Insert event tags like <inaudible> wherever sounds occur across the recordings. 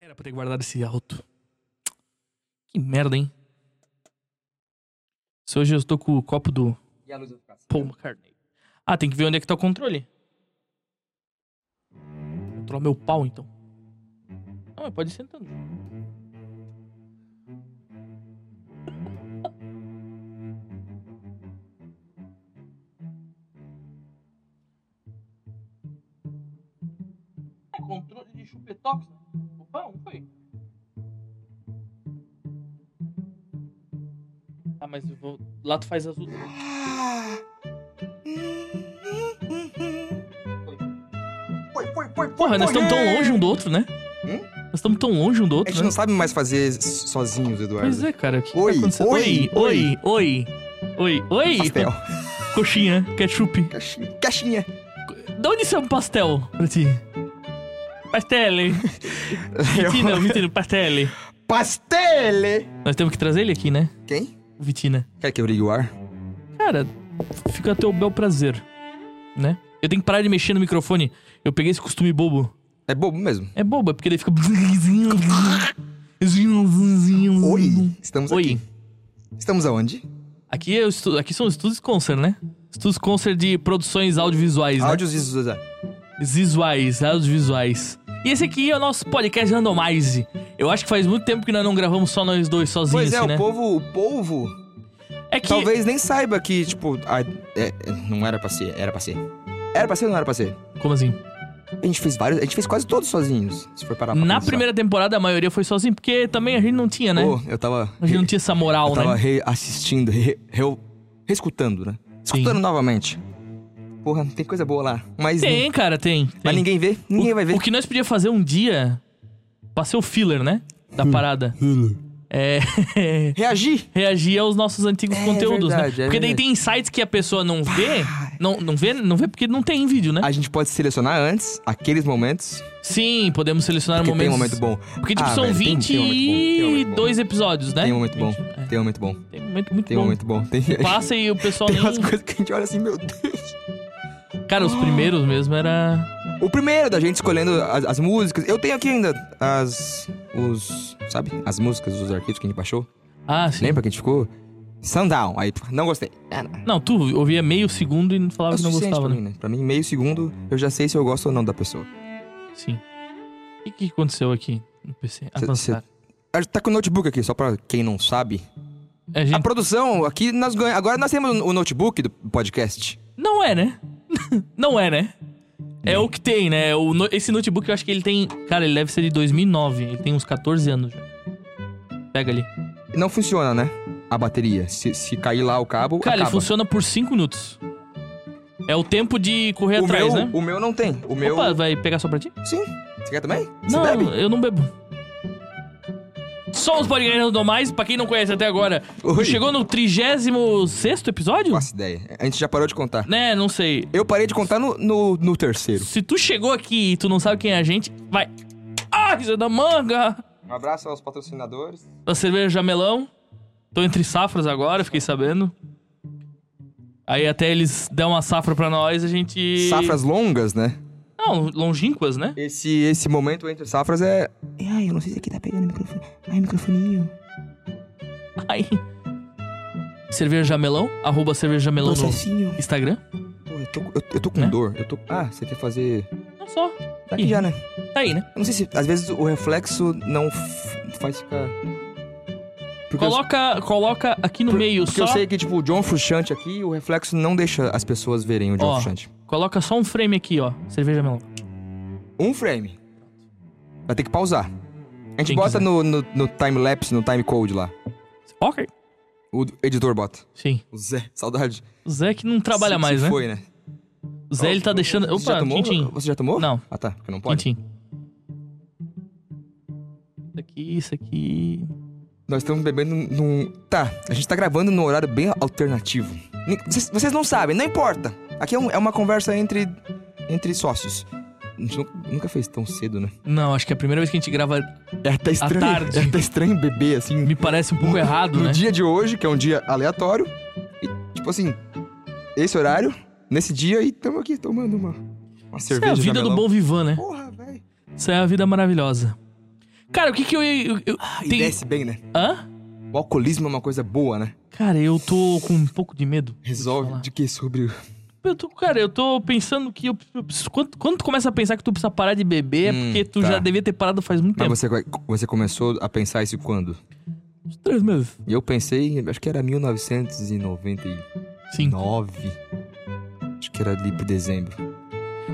Era pra ter guardado esse alto. Que merda, hein? Se hoje eu estou com o copo do E a luz vai ficar assim. Paul McCartney. Ah, tem que ver onde é que tá o controle. Controlar meu pau, então. Não, mas pode ir sentando. É controle de chupetox? Opa, não foi? Ah, mas eu vou... lá tu faz azul. Foi, foi, foi, Porra, nós estamos tão longe um do outro, né? Hum? Nós estamos tão longe um do A outro, gente né? não sabe mais fazer s- sozinhos, Eduardo. Pois é, cara. O que que Oi, tá acontecendo? oi, oi, oi, oi, oi. Pastel. Coxinha, ketchup. Caixinha. Caixinha. De onde isso é um pastel pra ti? <laughs> Pastele. Vitina, Vitina, pastele. Pastele! Nós temos que trazer ele aqui, né? Quem? O Vitina. Quer que eu ligue o ar? Cara, fica a teu bel prazer, né? Eu tenho que parar de mexer no microfone. Eu peguei esse costume bobo. É bobo mesmo. É bobo, é porque daí fica... <laughs> Oi, estamos Oi. aqui. Estamos aonde? Aqui, eu estu- aqui são estudos concert, né? Estudos concert de produções audiovisuais, né? Áudios e... Visuais, audiovisuais. E esse aqui é o nosso podcast Randomize. Eu acho que faz muito tempo que nós não gravamos só nós dois sozinhos, Pois é, assim, né? o povo... O povo... É que Talvez nem saiba que, tipo... ah, é, é, não era pra ser. Era pra ser. Era pra ser ou não era Tá pra ser? como assim? A gente fez vários... A gente fez quase todos sozinhos, se for parar pra Na pensar. primeira temporada a maioria foi sozinho, porque também a gente não tinha, né? Pô, eu tava... A gente não tinha essa moral, Eu tava né? reassistindo, re, re- reescutando, né? Escutando novamente. Porra, tem coisa boa lá. Mas, Tem, cara, tem. tem. mas ninguém vê, ninguém o, vai ver. O que nós podíamos fazer um dia pra ser o filler, né? Hum. Da parada. É. <laughs> Reagir! reagir aos nossos antigos É conteúdos, verdade, né? é Porque daí verdade. tem insights que a pessoa não vê, não, não vê, não vê porque não tem em vídeo, né? A gente pode selecionar antes aqueles momentos, Sim, podemos selecionar porque tem momentos. um momento bom. Porque tipo Ah, são velho, tem- tem um momento bom, tem um momento bom. 22 episódios, né? Tem um momento bom, 20, é. tem um momento bom, Tem um momento muito tem um bom. momento bom. <laughs> Tem, Passa e o pessoal tem nem... umas coisas que a gente olha assim, meu Deus. Cara, os primeiros mesmo era O primeiro da gente escolhendo as, as músicas. Eu tenho aqui ainda as. Os. Sabe? As músicas, os arquivos que a gente baixou. Ah, sim. Lembra que a gente ficou? Sundown. Aí, pô, não gostei. Ah, não. Não, tu ouvia meio segundo e não falava É o que não suficiente gostava, pra né? mim, né? Pra mim, meio segundo, eu já sei se eu gosto ou não da pessoa. Sim. O que, que aconteceu aqui no PC? Cê- Avançar. A gente tá com o notebook aqui, só pra quem não sabe. A gente... A produção aqui, nós ganha... agora nós temos o notebook do podcast. Não é, né? <laughs> não é, né? É o que tem, né? O no- Esse notebook eu acho que ele tem. Cara, ele deve ser de 2009. Ele tem uns 14 anos já. Pega ali. Não funciona, né? A bateria. Se, se cair lá o cabo, Cara, ele acaba. funciona por 5 minutos. É o tempo de correr o atrás, meu, né? o meu não tem. O meu. Opa, vai pegar só pra ti? Sim. Você quer também? Você não, bebe? eu não bebo. Só os podcasts do mais, pra quem não conhece até agora. Oi. tu Chegou no 36 episódio? Faço ideia. A gente já parou de contar. Né, não sei. Eu parei de contar no, no, no terceiro. Se tu chegou aqui e tu não sabe quem é a gente, vai. Ah, que da manga! Um abraço aos patrocinadores. da cerveja Jamelão. Tô entre safras agora, fiquei sabendo. Aí até eles dão uma safra pra nós, a gente. Safras longas, né? Não, longínquas, né? <laughs> Esse, esse momento entre safras é. Ai, eu não sei se aqui tá pegando o microfone. Ai, microfoninho. Aí. Cerveja Jamelão, arroba cerveja Jamelão no Processinho. Instagram. Pô, eu tô, eu, eu tô com Né? dor. Eu tô. Ah, você quer fazer. Não É só. Tá Ih. aqui já, né? Tá aí, né? Eu não sei se. Às vezes o reflexo não f- faz ficar. Porque Coloca, coloca aqui no meio eu, porque só. eu sei que, tipo, o John Frusciante aqui, o reflexo não deixa as pessoas verem o John Ó. Frusciante. Coloca só um frame aqui, ó. Cerveja Jamelão. Um frame. Vai ter que pausar. A gente Quem bota quiser. no, no, no time-lapse, no time-code lá. Ok. O editor bota. Sim. O Zé, saudade. O Zé que não trabalha Se- mais, se né? Foi, né? O Zé ele tá deixando. Você já Opa, tomou? Quintim. Você já tomou? Não. Ah, tá. Porque não pode. Quintim. Isso aqui, isso aqui. Nós estamos bebendo num. Tá, a gente tá gravando num horário bem alternativo. Ni- Vocês vocês não sabem, não importa. Aqui é, um- é uma conversa entre. entre sócios. A gente nu- nunca fez tão cedo, né? Não, acho que é a primeira vez que a gente grava É até estranho. tarde. É até estranho beber, assim. me parece um pouco errado, no né? dia de hoje, que é um dia aleatório. E, tipo assim, esse horário, nesse dia, e estamos aqui tomando uma, uma Isso é cerveja. a vida do jamelão. bom vivan, né? Porra, velho. Isso é a vida maravilhosa. Cara, o que que eu ia. eu- eu- E tem- desce bem, né? Hã? O alcoolismo é uma coisa boa, né? Cara, eu tô com um pouco de medo. Resolve de que sobre. o- Eu tô, cara, eu tô pensando que eu, eu preciso- quando, quando tu começa a pensar que tu precisa parar de beber, é Hum, porque tu tá. já devia ter parado faz muito Mas tempo. você, você começou a pensar isso quando? Uns três meses. E eu pensei, acho que era 1999. Sim. Acho que era ali pro dezembro.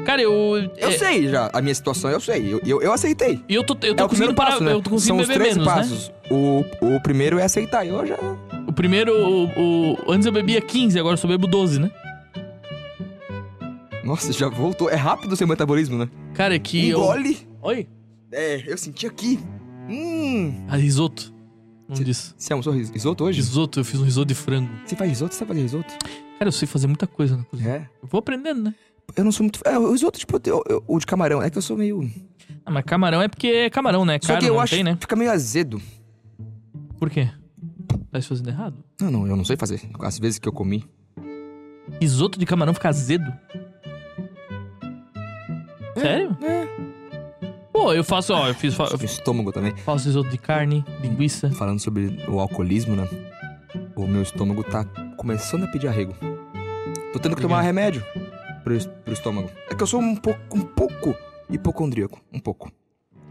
Cara, eu. Eu é, sei já a minha situação, eu sei. Eu, eu, eu aceitei. E eu tô, eu é tô conseguindo o primeiro parar. passo, né? Eu tô conseguindo São os beber três menos, né? passos. O, o primeiro é aceitar. Eu já. O primeiro, o, o- antes eu bebia 15, agora eu só bebo 12, né? Nossa, já voltou. É rápido o seu metabolismo, né? Cara, é que um eu. gole. Oi? É, eu senti aqui. Hum. Ah, risoto. Não disso. Você almoçou ris- risoto hoje? Risoto, eu fiz um risoto de frango. Você faz risoto? Você sabe fazer risoto? Cara, eu sei fazer muita coisa na cozinha. É. Eu vou aprendendo, né? Eu não sou muito. É, o risoto, tipo, eu- eu- o de camarão. É que eu sou meio. Ah, mas camarão é porque é camarão, né? É Só Caro, que eu não acho tem, que né? fica meio azedo. Por quê? Tá se fazendo errado? Não, não, eu não sei fazer. As vezes que eu comi. Risoto de camarão fica azedo? Sério? É. Pô, eu faço, ó, eu fiz, fa- O estômago também. eu faço risoto de carne, linguiça. Falando sobre o alcoolismo, né? O meu estômago tá começando a pedir arrego. Tô tendo que tomar Obrigado. remédio pro, es- pro estômago. É que eu sou um pouco, um pouco hipocondríaco. Um pouco.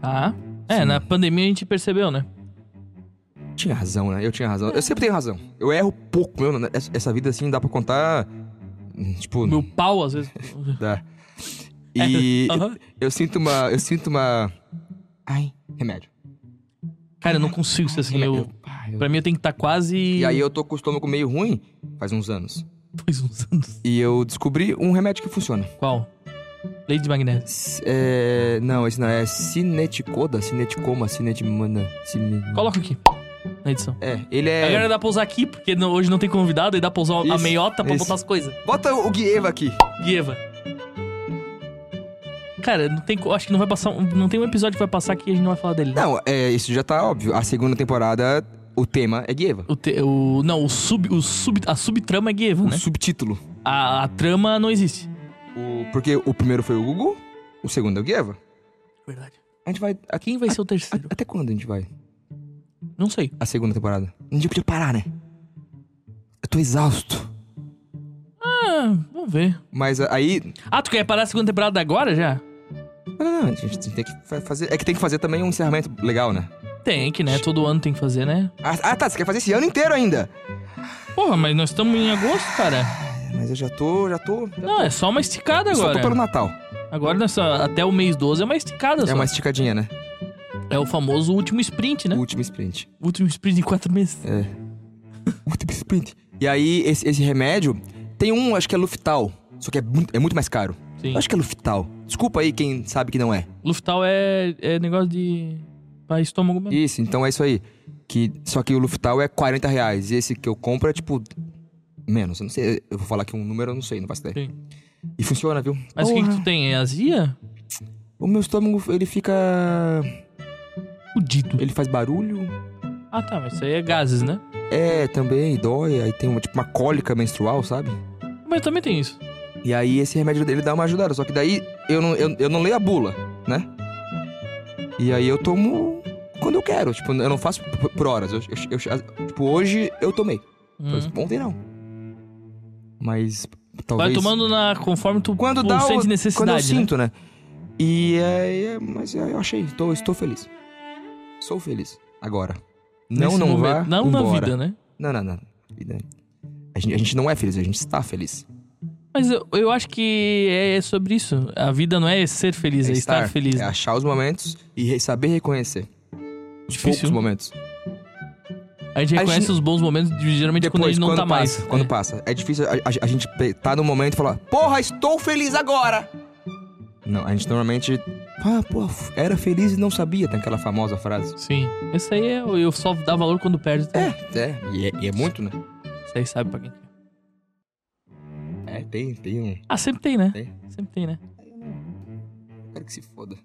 Tá? É, Sim. na pandemia a gente percebeu, né? Tinha razão, né? Eu tinha razão. Eu sempre tenho razão. Eu erro pouco. Meu, né? essa essa vida assim dá pra contar. hum, Tipo. Meu pau, às vezes. Dá. E <laughs> Aham. eu sinto uma. Eu sinto uma. Ai, remédio. Cara, eu não consigo ser assim. Remédio. Eu, Ai, eu- pra mim eu tenho que estar quase. E aí eu tô com o estômago meio ruim faz uns anos. <laughs> Faz uns anos. E eu descobri um remédio que funciona. Qual? Lei de magnésio. S- É, não, esse não. É cineticoda, cineticoma, cinetimana. Cine... Coloca aqui. Na edição. É, ele Agora é... dá pra usar aqui, porque não- hoje não tem convidado, e dá pra usar a Isso, meiota pra isso. botar as coisas. Bota o Guieva aqui. Guieva. Cara, não tem, co- acho que não vai passar. um- Não tem um episódio que vai passar que a gente não vai falar dele. né? Não, é, isso já tá óbvio. A segunda temporada, o tema é Guieva. O te- o- não, o sub, o sub, a subtrama é Guieva, O né? subtítulo. A, a trama não existe. O- porque o primeiro foi o Gugu, o segundo é o Guieva. Verdade. A gente vai... a- Quem vai ser o terceiro? a- até quando a gente vai? Não sei. A segunda temporada. Um dia podia parar, né? Eu tô exausto. Ah, vamos ver. Mas a- aí... Ah, tu quer parar a segunda temporada agora já? Não, não, não. A gente tem que fa- fazer... É que tem que fazer também um encerramento legal, né? Tem que, né? Todo ano tem que fazer, né? Ah, ah, tá. Você quer fazer esse ano inteiro ainda. É, Porra, mas nós estamos em agosto, cara. Mas eu já tô... Já tô... Não, é só uma esticada Só tô agora. pelo Natal. Agora nós só- até o mês 12 é uma esticada É só. uma esticadinha, né? É o famoso último sprint, né? O último sprint. Último sprint em quatro meses. É. último sprint. E aí, esse, esse remédio, tem um, acho que é Luftal. Só que é muito, é muito mais caro. Sim. Eu acho que é Luftal. Desculpa aí quem sabe que não é. Luftal é, é negócio de. pra estômago mesmo. Isso, então é isso aí. Que, só que o Luftal é 40 reais. E esse que eu compro é tipo. Menos, eu não sei. Eu vou falar aqui um número, eu não sei, não faço ideia. Sim. E funciona, viu? Mas o que, que Porra. tu tem? É azia? O meu estômago, ele fica. Fudido. Ele faz barulho. Ah tá, mas isso aí é gases, né? É, também, dói. Aí tem uma, tipo, uma cólica menstrual, sabe? Mas também tem isso. E aí esse remédio dele dá uma ajudada. Só que daí eu não, eu, eu não leio a bula, né? E aí eu tomo quando eu quero. Tipo, eu não faço por, por horas. Eu- eu- eu- tipo, hoje eu tomei. Hum. Mas Ontem não. Mas talvez... Vai tomando na, conforme tu, Quando tu dá o- sente Quando necessidade. eu né? sinto, né? E é, é- Mas é, eu achei. Tô, estou feliz. Sou feliz. Agora. Não, Nesse não momento. vá Não embora. na vida, né? Não, não, não. Vida- A gente, a gente não é feliz, a gente está feliz. Mas eu, eu acho que é, é sobre isso. A vida não é ser feliz, é, estar, feliz. É achar os momentos e re- saber reconhecer. Poucos Difícil. né? momentos. A gente A reconhece gente- os bons momentos de- geralmente quando a gente não tá passa, mais. Quando É. passa. É difícil a, a- a gente pe- tá no momento e falar, porra, estou feliz agora! Não, a gente normalmente. Ah, pô, f- era feliz e não sabia, tem aquela famosa frase. Sim. Isso aí é, eu só dá valor quando perde. tá? É, é. E é, e é muito, né? Isso aí sabe pra quem quer. É, tem, tem um. Ah, sempre tem, né? Tem. Sempre tem, né? Quero que se foda.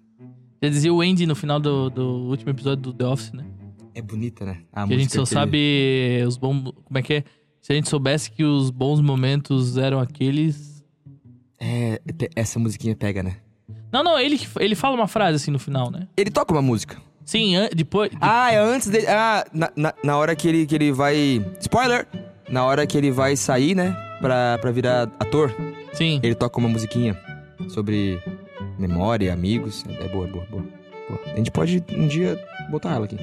Já dizia o Andy no final do, do último episódio do The Office, né? É bonita, né? A que a gente só música que ele- sabe os bons. Como é que é? Se a gente soubesse que os bons momentos eram aqueles. É, te- essa musiquinha pega, né? Não, não, ele, que- ele fala uma frase assim no final, né? Ele toca uma música. Sim, an- depois. Ah, é antes dele. Ah, na, na, na hora que ele, que ele vai. Spoiler! Na hora que ele vai sair, né? Pra, pra virar ator, Sim. ele toca uma musiquinha sobre memória, amigos. É boa, é boa, é boa. boa. A gente pode um dia botar ela aqui.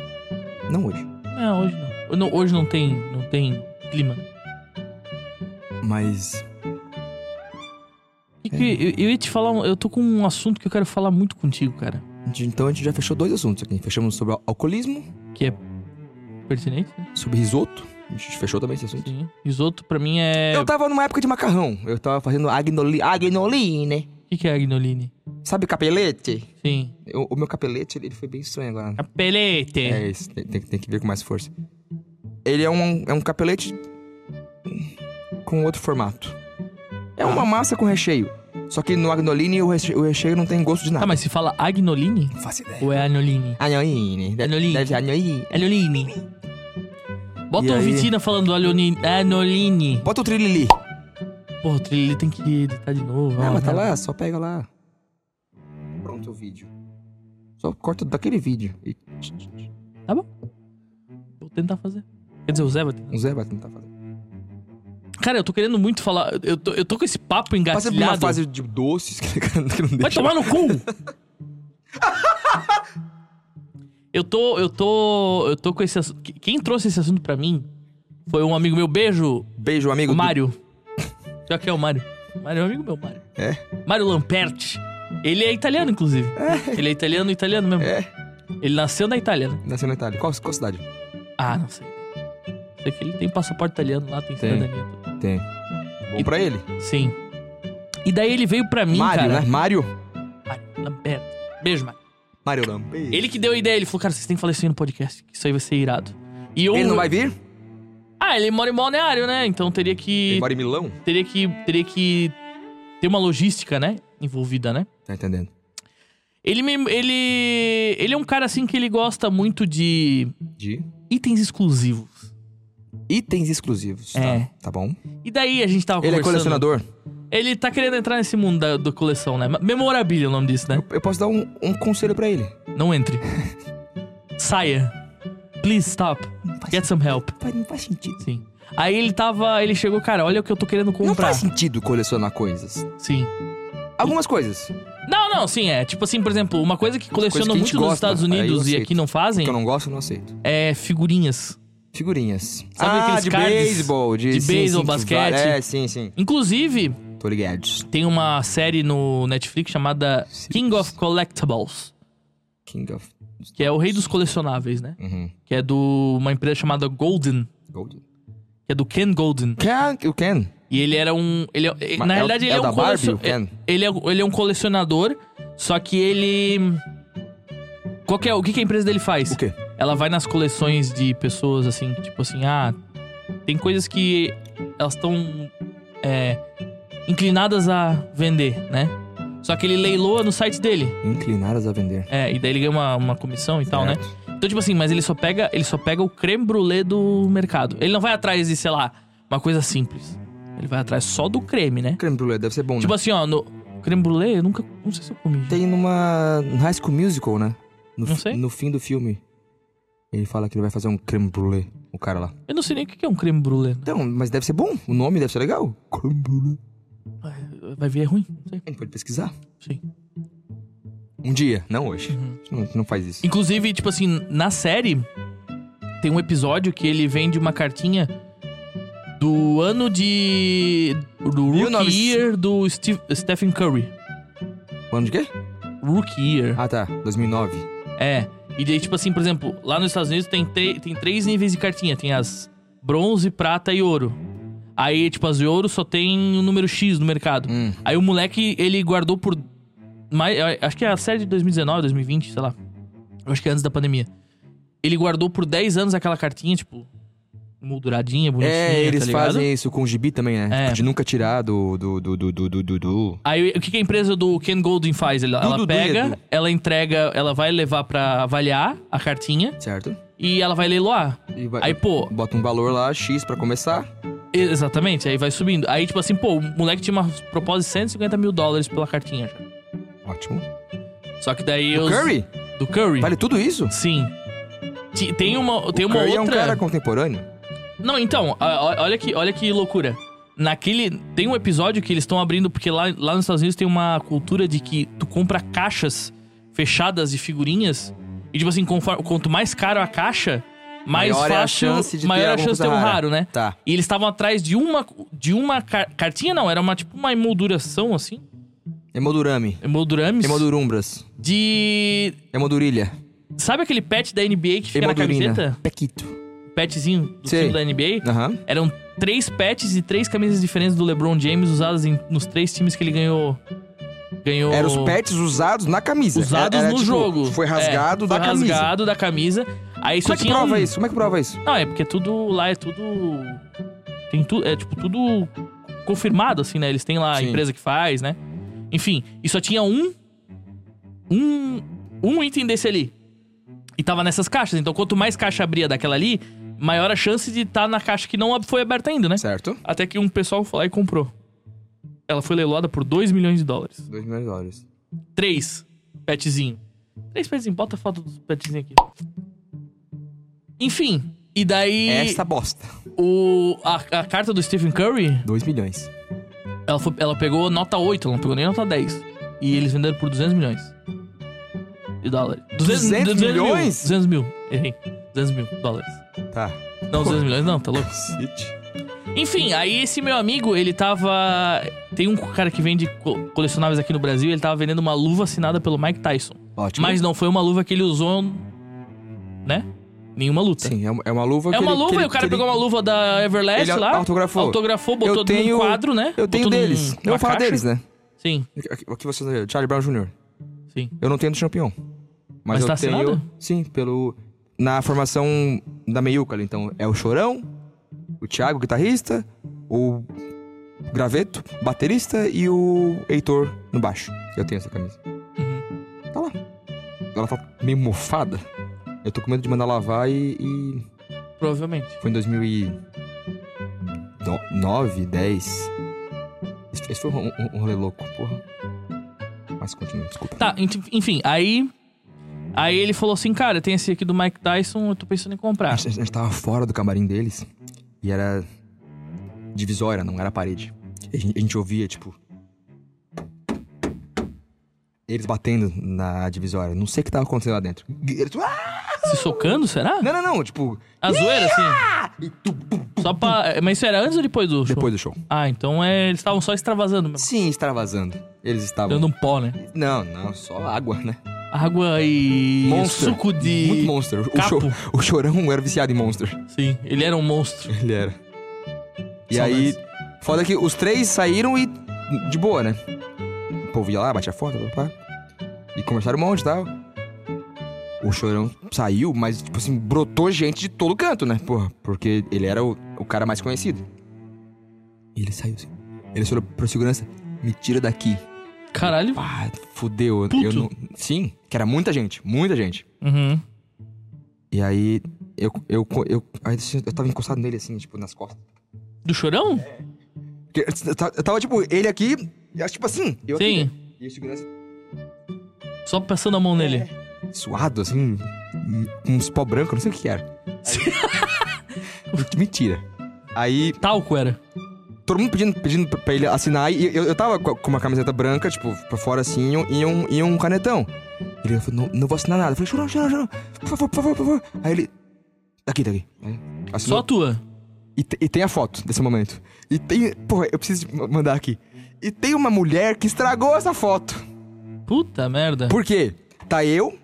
Não hoje. Não, hoje não. Eu não- Hoje não tem, não tem clima. Mas. E É. que- eu, eu ia te falar, um- eu tô com um assunto que eu quero falar muito contigo, cara. a gente- Então a gente já fechou dois assuntos aqui. Fechamos sobre al- alcoolismo, é Pertinente? né? sobre risoto. A gente fechou também esse assunto. Sim. Risoto pra mim é. Eu tava numa época de macarrão. Eu tava fazendo agnoli, agnoline. O que, que é agnoline? Sabe capelete? Sim. Eu- o meu capelete, ele, ele foi bem estranho agora. A pelete. É isso, tem, tem- tem que ver com mais força. Ele é um, é um capelete com outro formato. É Ah. uma massa com recheio. Só que no agnoline o recheio, o recheio não tem gosto de nada. Tá, mas se fala agnoline Não faço ideia. ou é agnoline? Agnoline. Deve- Agnoline. deve ser agnoline. Agnoline. Bota E o aí? Vitina falando agnoline. agnoline. Bota o trilili. Porra, o trilho tem que editar de novo. Ah, ó, mas tá né? lá, só pega lá. Pronto o vídeo. Só corta daquele vídeo. E Vou tentar fazer. Quer dizer, o Zé vai tentar. o Zé vai tentar fazer. Cara, eu tô querendo muito falar. Eu tô, eu tô com esse papo Passa por uma engatilhado. fase de doces <laughs> que que não Vai deixa. tomar no cu! <laughs> eu tô, eu tô, eu tô com esse assunto. Qu- Quem trouxe esse assunto pra mim foi um amigo meu. Beijo, Beijo, amigo. o Mário. Já que é o Mário. Mário é um amigo meu, Mário. É? Mário Lamperti. Ele é italiano, inclusive. Ele é italiano, italiano mesmo. É. Ele nasceu na Itália, né? Nasceu na Itália. Qual, qual cidade? Ah, não sei. Sei que ele tem passaporte italiano lá, tem Tem. cidadania. tudo. Tem. Bom E- pra ele. Sim. E daí ele veio pra mim, Mário, cara. né? Mário. Mário Lamperti. Beijo, Mário. Mário Lampeiro. Ele que deu a ideia, ele falou, cara, vocês têm que falar isso aí no podcast, que isso aí vai ser irado. E eu... Ele não vai vir? Ah, ele mora em balneário, né? Então teria que. Ele mora em Milão? Teria que. Teria que. ter uma logística, né? Envolvida, né? Tá entendendo. Ele me. Ele. Ele é um cara assim que ele gosta muito de De itens exclusivos. itens exclusivos. É. Tá, tá bom. E daí a gente tava Ele é conversando. colecionador. ele tá querendo entrar nesse mundo da, da coleção, né? Memorabilia é o nome disso, né? Eu, eu posso dar um, um conselho pra ele. Não <laughs> entre. Saia. Please stop. Get some help. Faz- não faz sentido. Sim. Aí ele tava. Ele chegou, cara, olha o que eu tô querendo Não comprar. faz sentido colecionar coisas. Sim. Algumas coisas Não, não, sim, é. Tipo assim, por exemplo, uma coisa que colecionam que a gente muito nos gosta, Estados aí eu Unidos e aceito. aqui não fazem que eu não gosto, eu não aceito. é figurinhas. Figurinhas. Sabe ah, aqueles de cards? beisebol, de, De sim, beisebol, sim, que basquete. va- É, sim, sim. Inclusive, Tô ligado. tem uma série no Netflix chamada Sim. King of Collectibles, King of. que é o rei dos colecionáveis, né? Uhum. Que é de uma empresa chamada Golden, Gold. que é do Ken Golden. Ken, o Ken. E ele era um. Ele, é- Mas na é o- realidade, ele é é, o um da Barbie, colecion- o Ken? Ele é, ele é um colecionador, só que ele. Qual que é, o que, que a empresa dele faz? O quê? ela vai nas coleções de pessoas assim, que, tipo assim, ah, tem coisas que elas estão é, inclinadas a vender, né? Só que ele leiloa no site dele. Inclinadas a vender. É, e daí ele ganha uma, uma comissão e tal, né? Certo. Então, tipo assim, mas ele só pega, ele só pega o creme brulee do mercado. Ele não vai atrás de, sei lá, uma coisa simples. Ele vai atrás só do creme, né? Creme brulee deve ser bom, né? Tipo assim, ó, no creme brulee, eu nunca, não sei se eu comi. Tem numa. no High School Musical, né? No, Não fi- sei. No fim do filme. Ele fala que ele vai fazer um creme brulee, o cara lá. Eu não sei nem o que é um creme brulee. né? Então, mas deve ser bom. O nome deve ser legal. Creme brulee. Vai- Vai ver, é ruim, não sei. A gente pode pesquisar. Sim. Um dia, não hoje. Uhum. A gente não, não faz isso. Inclusive, tipo assim, na série tem um episódio que ele vende uma cartinha do ano de. do Rookie 1900. Year do Steve- Stephen Curry. O ano de quê? Rookie Year. Ah, tá. 2009. É. E daí, tipo assim, por exemplo, lá nos Estados Unidos tem, tre- tem três níveis de cartinha: tem as bronze, prata e ouro. Aí, tipo, as de ouro só tem um número X no mercado. Hum. Aí o moleque, ele guardou por. Mais, acho que é a série de 2019, 2020, sei lá. Eu acho que é antes da pandemia. Ele guardou por 10 anos aquela cartinha, tipo, molduradinha, bonitinha. É, eles tá ligado? fazem isso com o gibi também, né? É. Tipo, de nunca tirar do. do. do. do. do. do. do, do. Aí o que que a empresa do Ken Golden faz? Ela, ela Dudu, pega, Edu. ela entrega, ela vai levar pra avaliar a cartinha Certo? e ela vai leiloar. E vai- Aí, pô, Bota um valor lá, X, pra começar. exatamente, aí vai subindo. Aí, tipo assim, pô, o moleque tinha uma proposta de 150 mil dólares pela cartinha já. Ótimo. Só que daí Do os- Curry? Do Do Curry. Vale tudo isso? Sim. Ti- Tem uma, tem uma Curry outra. é um cara contemporâneo? Não, então, a- a- olha que, olha que loucura. Naquele. Tem um episódio que eles estão abrindo, porque lá, lá nos Estados Unidos tem uma cultura de que tu compra caixas fechadas de figurinhas. E, tipo assim, conforme- quanto mais caro a caixa, mais Maior é a fácil. chance de ter maior é a alguma chance de ter um coisa rara. raro, né? Tá. E eles estavam atrás de uma. De uma car- cartinha, não, era uma tipo uma emolduração, assim. Hemodurame. Emoldurames. Hemodurumbras. De. Hemodurilha. Sabe aquele pet da NBA que fica na Hemodurina. camiseta? Pequito. Petzinho do Sei. time da NBA? Aham. Eram três patches e três camisas diferentes do LeBron James usadas em- nos três times que ele ganhou. Ganhou. Eram os pets usados na camisa. usados Era- era, no tipo, jogo. Foi rasgado É, da foi camisa. rasgado da camisa. Aí Como só é que tinha prova um- isso? Como é que prova isso? Não, é porque tudo lá é tudo. Tem tudo. É tipo tudo confirmado, assim, né? Eles têm lá a Sim. empresa que faz, né? Enfim, e só tinha um. Um. Um item desse ali. E tava nessas caixas. Então, quanto mais caixa abria daquela ali, maior a chance de estar na caixa que não ab- foi aberta ainda, né? Certo? Até que um pessoal foi lá e comprou. Ela foi leiloada por 2 milhões de dólares. 2 milhões de dólares. Três petzinho. Três petzinho. Bota a foto dos petzinhos aqui. Enfim. E daí. Essa bosta. O, a, a carta do Stephen Curry, 2 milhões. ela, foi- ela pegou nota 8, ela não pegou nem nota 10. E eles venderam por 200 milhões de dólares. 200 mil, milhões? 200 mil, errei. 200 mil dólares. Tá. Não, 200 milhões não, tá louco. Cacete. Enfim, aí esse meu amigo, ele tava... Tem um cara que vende co- colecionáveis aqui no Brasil, ele tava vendendo uma luva assinada pelo Mike Tyson. Ótimo. Mas não foi uma luva que ele usou, né? Nenhuma luta. Sim, é uma, é uma luva É que uma ele- luva, que e ele- o cara que ele- pegou uma luva da Everlast Ele lá. autografou. Autografou, botou Eu tenho- num quadro, né? Eu tenho Botou num- deles. Eu numa vou falar caixa. deles, né? Sim, O que você... Charlie Brown Jr. sim. Eu não tenho do campeão. Mas Mas, eu tá tenho. assinado? Sim, pelo. Na formação da meiuca ali. Então, é o Chorão, o Thiago, guitarrista, o Graveto, baterista e o Heitor no baixo. Eu tenho essa camisa. Uhum. Tá lá. Ela tá meio mofada. Eu tô com medo de mandar lavar e. e Provavelmente. Foi em 2009, 10. Esse esse foi um, um- um rolê louco, porra. Mas continua, desculpa. Tá, ent- enfim, aí. Aí ele falou assim, cara, tem esse aqui do Mike Tyson, eu tô pensando em A <laughs> comprar. gente, a gente tava fora do camarim deles e era divisória, não era parede. E a gente, a gente ouvia, tipo. Eles batendo na divisória. Não sei o que tava acontecendo lá dentro. E eles, "Ah!" Se socando, será? Não, não, não. Tipo, A zoeira, assim. Só pra. eh, Mas isso era antes ou depois do show? depois do show. Ah, então é, eles estavam só extravasando mesmo. Sim, extravasando. Eles estavam. Dando um pó, né? Não, não, só água, né? Água e. Monster. suco de. Muito um monster. O, capo. cho- o chorão era viciado em monster. Sim, ele era um monstro. <laughs> Ele era. E Saudades. aí, foda que os três saíram e de boa, né? O povo ia lá, batia foto, pá, pá. E conversaram um monte e tal. O Chorão saiu, mas, tipo assim, brotou gente de todo canto, né? Porra, porque ele era o, o cara mais conhecido. E ele saiu assim. Ele só olhou pro segurança, me tira daqui. Caralho. Pá, fudeu. Eu Puto. não... Sim, que era muita gente, muita gente. Uhum. E aí, eu, eu, eu, aí eu tava encostado nele, assim, tipo, nas costas. Do chorão? Porque Eu ta- eu tava, tipo, ele aqui, eu acho, tipo assim, eu aqui, Sim. né? E o segurança Só passando a mão nele. É. suado, assim, com uns pó branco, não sei o que <laughs> que era. Aí- <laughs> Mentira. Aí, Talco era. todo mundo pedindo, pedindo pra- pra ele assinar, e eu, eu tava co- com uma camiseta branca, tipo, pra fora assim, e um- e um, e um canetão. Ele falou, não, não vou assinar nada. Eu falei, chorão, chorão, chorão, por favor, por favor, por favor. Aí ele, aqui, tá aqui. Aí, Só assinou. a tua. E, te- e tem a foto desse momento. E tem, porra, eu preciso de ma- mandar aqui. E tem uma mulher que estragou essa foto. Puta merda. Por quê? Tá eu.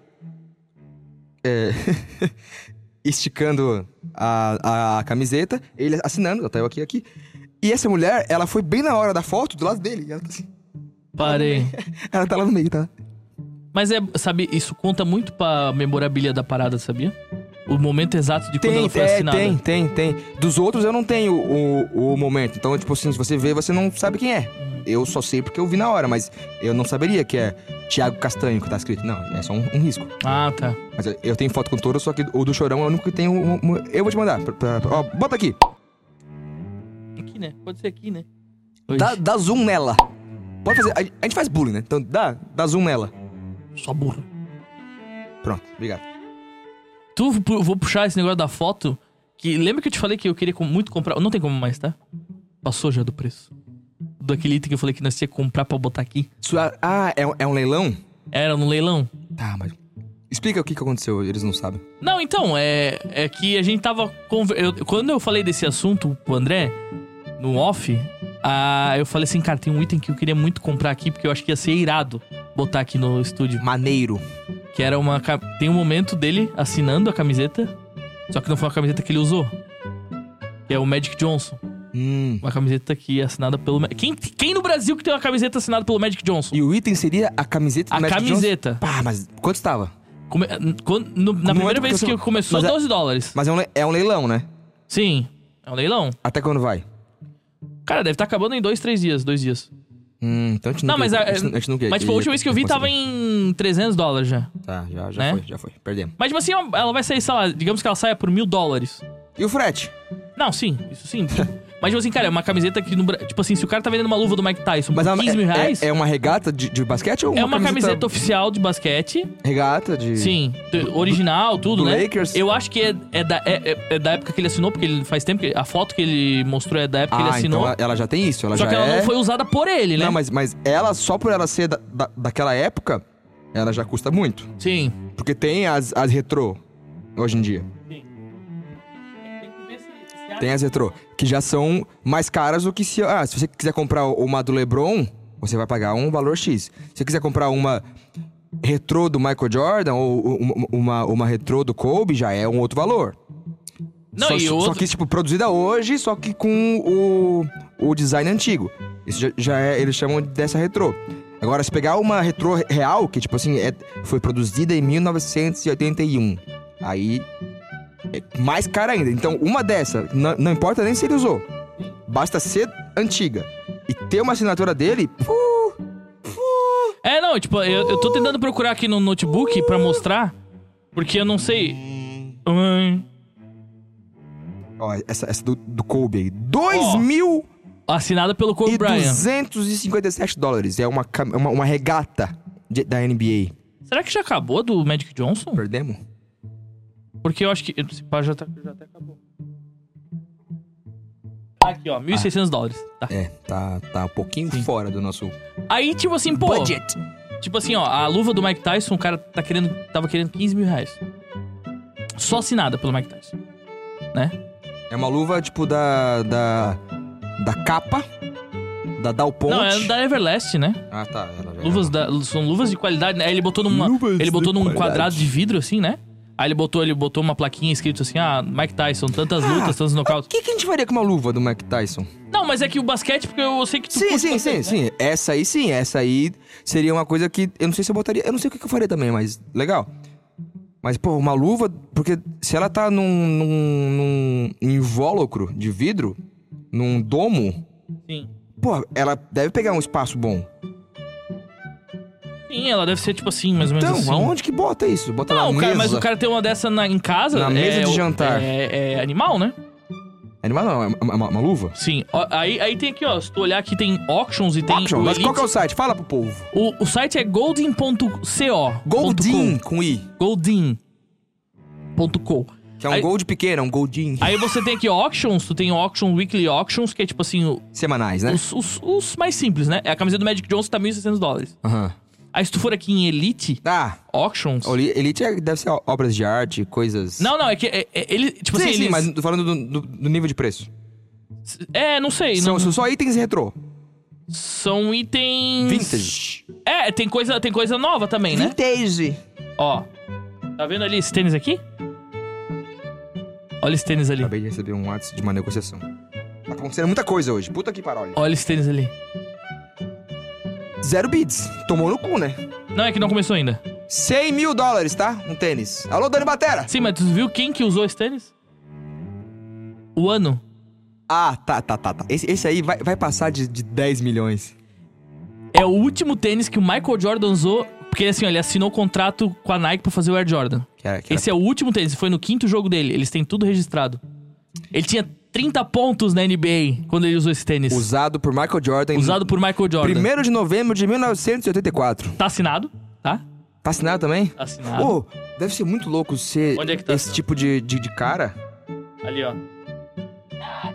é, <laughs> esticando a, a camiseta, ele assinando, tá eu aqui, aqui. E essa mulher, ela foi bem na hora da foto do lado dele. e Ela tá, assim, <laughs> Parei. ela tá lá no meio, tá? Mas é, sabe, isso conta muito pra memorabilia da parada, sabia? O momento exato de quando Tem, ela foi tem, assinada. tem, tem, tem. Dos outros eu não tenho o, o momento. Então, tipo assim, se você vê, você não sabe quem é. Eu só sei porque eu vi na hora, mas eu não saberia que é Tiago Castanho que tá escrito. Não, é só um, um risco. Ah, tá. Mas eu- eu tenho foto com todos, só que o do Chorão é o único que tem. um- um- eu vou te mandar. pra- pra- ó, bota aqui. Aqui, né? Pode ser aqui, né? Dá, Hoje. dá zoom nela. Pode fazer. A, a gente faz bullying, né? Então dá, dá zoom nela. Só burro. Pronto, obrigado. Tu, pu- vou puxar esse negócio da foto. Que lembra que eu te falei que eu queria com- muito comprar. Não tem como mais, tá? Passou já do preço. Daquele item que eu falei que nós ia comprar pra botar aqui. Sua- Ah, é, um- é um leilão? Era no leilão. Tá, mas. Explica o que, que aconteceu, eles não sabem. Não, então, é, é que a gente tava. conver- eu- quando eu falei desse assunto pro André, no off, ah, eu falei assim, cara, tem um item que eu queria muito comprar aqui, porque eu acho que ia ser irado botar aqui no estúdio. Maneiro. Que era uma. ca- Tem um momento dele assinando a camiseta, só que não foi uma camiseta que ele usou. Que é o Magic Johnson. Hum. Uma camiseta que é assinada pelo. Ma- Quem, quem no Brasil que tem uma camiseta assinada pelo Magic Johnson? E o item seria a camiseta do a Magic Johnson? camiseta. Pá, mas quanto estava? Come- quando- no- na Não é primeira porque vez que eu sou- começou, mas é- 12 dólares. Mas é um, le- é um leilão, né? Sim. É um leilão. Até quando vai? Cara, deve estar acabando em dois, três dias, dois dias. Hum, então a gente Não, não, mas queria- a- a gente, não- a gente não queria- Mas, tipo, a última vez queria- que eu vi tava em 300 dólares já. Tá, já, já né? foi, já foi. Perdemos. Mas, tipo assim, ela vai sair, sei lá, digamos que ela saia por mil dólares. E o frete? Não, sim, isso <laughs> sim. Mas, tipo assim, cara, é uma camiseta que no Bra- Tipo assim, se o cara tá vendendo uma luva do Mike Tyson por Mas é 15 uma- mil é- reais, É, é, é uma regata de, de basquete ou uma uma camiseta... oficial de basquete. Regata de. Sim, do- original, tudo, do né? Lakers? Eu acho que é, é da, é- é- é da época que ele assinou, porque ele faz tempo que. A foto que ele mostrou é da época Ah, que ele assinou. então ela- ela já tem isso. Ela só já que ela é... não foi usada por ele, né? Não, mas, mas ela, só por ela ser da, da- daquela época, ela já custa muito. Sim. Porque tem as, as retrô hoje em dia. Tem as retrô, que já são mais caras do que se. Ah, se você quiser comprar uma do Lebron, você vai pagar um valor X. Se você quiser comprar uma retrô do Michael Jordan ou uma, uma, uma retrô do Kobe, já é um outro valor. Não, só, e só outro... que, tipo, produzida hoje, só que com o, o design antigo. Isso já, já é, eles chamam dessa retrô. Agora, se pegar uma retrô real, que, tipo assim, é- foi produzida em 1981, aí é mais cara ainda. Então, uma dessa, n- não importa nem se ele usou. Basta ser antiga. E ter uma assinatura dele, uh, É, não, tipo, eu, eu tô tentando procurar aqui no notebook pra mostrar, porque eu não sei. Hum, ó, essa, essa do, do Kobe aí, 2.000... Assinada pelo Kobe e Bryant. 257 dólares. É uma, cam- uma, uma regata de- da NBA. Será que já acabou do Magic Johnson? Perdemos? Porque eu acho que. Esse pá já, tá, já até acabou. Aqui, ó, 1.600 dólares. Tá. É, tá, tá um pouquinho fora do nosso Aí, tipo assim, pô. budget. Tipo assim, ó, a luva do Mike Tyson, o cara tá querendo, tava querendo 15 mil reais. Só assinada pelo Mike Tyson. Né? É uma luva, tipo, da. da. da capa. Da Dow Ponte. Não, é da Everlast, né? Ah, tá. Ela já Luvas da, são luvas de qualidade, né? Aí Ele botou numa, Luvas ele botou de num qualidade. quadrado de vidro assim, né? Aí ele botou, ele botou uma plaquinha escrito assim: "Ah, Mike Tyson, tantas Ah, lutas, tantos O nocautes". que, que a gente faria com uma luva do Mike Tyson? Não, mas é que o basquete, porque eu sei que tu Sim, curte sim, sim, basquete, né? sim. Essa aí sim, essa aí seria uma coisa que. Eu não sei se eu botaria. Eu não sei o que que eu faria também, mas legal. Mas, pô, uma luva, porque se ela tá num, num, num invólucro de vidro, num domo, sim. pô, ela deve pegar um espaço bom. Sim, ela deve ser tipo assim, mais ou menos Então, assim. aonde que bota isso? Bota Não, na cara, mas mesa. o cara ter uma dessa na- em casa. Na é, mesa de o- jantar. É, é animal, né? Animal não, é uma, uma- uma luva? Sim. Ó, Aí, aí tem aqui, ó. Se tu olhar aqui, tem auctions e tem. Auction, o, mas qual Elite. que é o site? Fala pro povo. O- o site é golden.co. Goldin, com I. Goldin.co. Que é um Aí- gold pequeno, é um goldin. Aí você tem aqui auctions, tu tem auction, weekly auctions, que é tipo assim, o- Semanais, né? os, os- os mais simples, né? A camisa do Magic Johnson tá 1.600 dólares. Aham. Aí se tu for aqui em Elite Ah, Auctions... Oli- Elite é- deve ser obras de arte, coisas... Não, não, é que é, é- ele... Tipo sim, assim, sim, eles- mas tô falando do, do- do nível de preço. É, não sei. São, não- são só itens retrô. são itens... Vintage. É, tem coisa, tem coisa nova também, Hum, né? Vintage. Ó, tá vendo ali esse tênis aqui? Olha esse tênis ali. Acabei de receber um WhatsApp de uma negociação. Tá acontecendo muita coisa hoje. Puta que parolha. Olha esse tênis ali. Zero bids. Tomou no cu, né? Não, é que não começou ainda. 100 mil dólares, tá? Um tênis. Alô, Dani Batera. Sim, mas tu viu quem que usou esse tênis? O ano. Ah, tá, tá, tá. tá. Esse, esse aí vai, vai passar de, de 10 milhões. É o último tênis que o Michael Jordan usou. Porque assim, ó, ele assinou o contrato com a Nike pra fazer o Air Jordan. Que era- que era- Esse é o último tênis, foi no quinto jogo dele. Eles têm tudo registrado. Ele tinha 30 pontos na NBA quando ele usou esse tênis. Usado por Michael Jordan. Usado por Michael Jordan. 1 de novembro de 1984. Tá assinado, tá? Tá assinado também? Assinado. Pô, deve ser muito louco ser Tá. Onde é que tá esse assinado? tipo de, de, de cara. Ali, ó.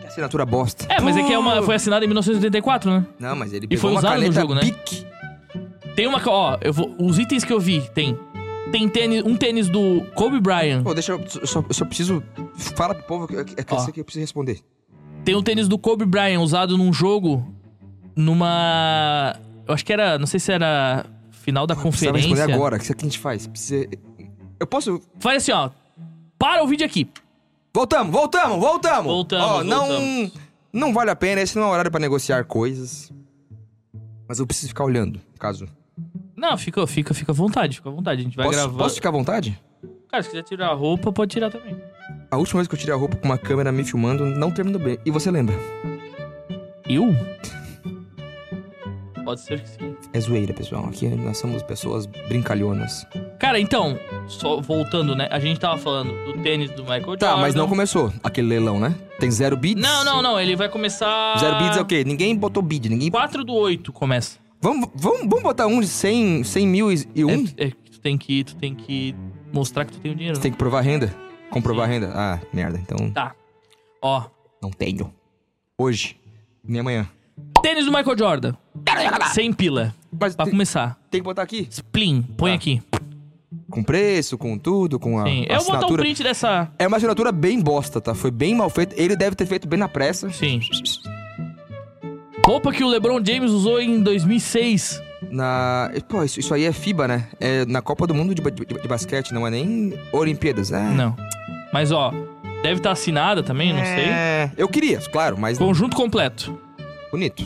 Que assinatura bosta. É, mas é que é uma, Pô. foi assinado em 1984, né? Não, mas ele pegou foi uma usado no caneta jogo, né? Bic. Tem uma. ca- Ó, eu vou, os itens que eu vi tem. Tem tênis, um tênis do Kobe Bryant. Pô, deixa eu... Eu só, eu só preciso... Fala pro povo que, é que Ó. isso aqui eu preciso responder. Tem um tênis do Kobe Bryant usado num jogo. Numa. Eu acho que era. Não sei se era final da Precisa responder conferência. agora. O que isso aqui a gente faz? Precisa... Eu posso... Faz assim, ó. Para o vídeo aqui. Voltamos, voltamos, voltamos! Voltamos, Ó, não... voltamos. Não vale a pena. Esse não é horário pra negociar coisas. Mas eu preciso ficar olhando, caso... Não, fica, fica, fica à vontade, fica à vontade. A gente vai Posso, gravar. posso ficar à vontade? Cara, se quiser tirar a roupa, pode tirar também. A última vez que eu tirei a roupa com uma câmera me filmando, não terminou bem. E você lembra? Eu? Pode ser que sim. É zoeira, pessoal. Aqui nós somos pessoas brincalhonas. Cara, então, só voltando, né? A gente tava falando do tênis do Michael Tá, Jordan. mas não começou aquele leilão, né? Tem zero bids? Não, não, não. Ele vai começar. Zero bids é o quê? Ninguém botou bid, ninguém... 4 do 8 começa. Vamos, vamos, vamos botar um de 100, 100 mil e e um? É, é que tu tem que, tu tem que mostrar que tu tem o dinheiro. Você né? tem que provar renda? Comprovar renda? Ah, merda. Então, Tá. Ó. não tenho. Hoje. Nem amanhã. Tênis do Michael Jordan. Sem pila. Mas Pra tem, começar. tem que botar aqui? Splin, põe Tá. aqui. Com preço, com tudo, com a, Sim. a Eu vou botar um assinatura. print dessa. é uma assinatura bem bosta, tá? Foi bem mal feito. Ele deve ter feito bem na pressa. Sim. Roupa que o LeBron James usou em 2006. Na. Pô, isso, isso aí é FIBA, né? É na Copa do Mundo de, ba- de- de basquete, não é nem Olimpíadas. É. Não. Mas ó, deve estar assinada também, não sei. É, Eu queria, claro, mas Conjunto completo. bonito.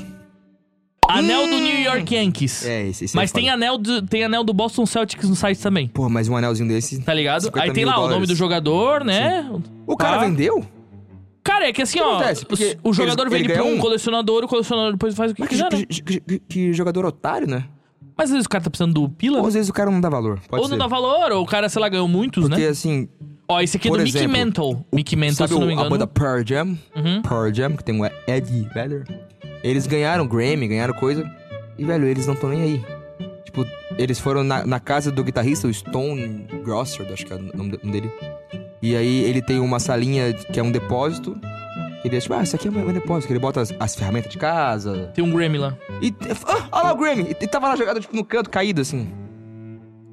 Anel do Hum. New York Yankees. É, esse, esse Mas é foda. tem anel, do, tem anel do Boston Celtics no site também, Pô, mas um anelzinho desse. tá ligado? 50 Aí tem mil lá o nome dólares. do jogador, né? O cara Tá. vendeu? Cara, é que assim, O que ó, acontece? Porque o jogador ele- vende ele pra ganha um um. colecionador, o colecionador depois faz o que Mas quiser. né? que, que- que- que jogador otário, né? Mas às vezes o cara tá precisando do pila, Ou né? às vezes o cara não dá valor. assim Pode ou ser. não dá valor, ou o cara, sei lá, ganhou muitos, Porque né? assim, Ó, esse aqui é do por Mickey exemplo, Mantle. Mickey Mantle, sabe se eu não me o, a banda engano. Pearl Jam? Uhum. Pearl Jam, que tem o Eddie Vedder. Eles ganharam Grammy, ganharam coisa. E, velho, eles não estão nem aí. Tipo, eles foram na, na casa do guitarrista, o Stone Grosser, acho que é o nome de- nome dele. E aí ele tem uma salinha que é um depósito. Que ele é tipo, ah, isso aqui é um um depósito. Que ele bota as, as ferramentas de casa. Tem um Grammy lá. E. Ah, olha lá o Grammy! E, e tava lá jogado, tipo, no canto, caído, assim.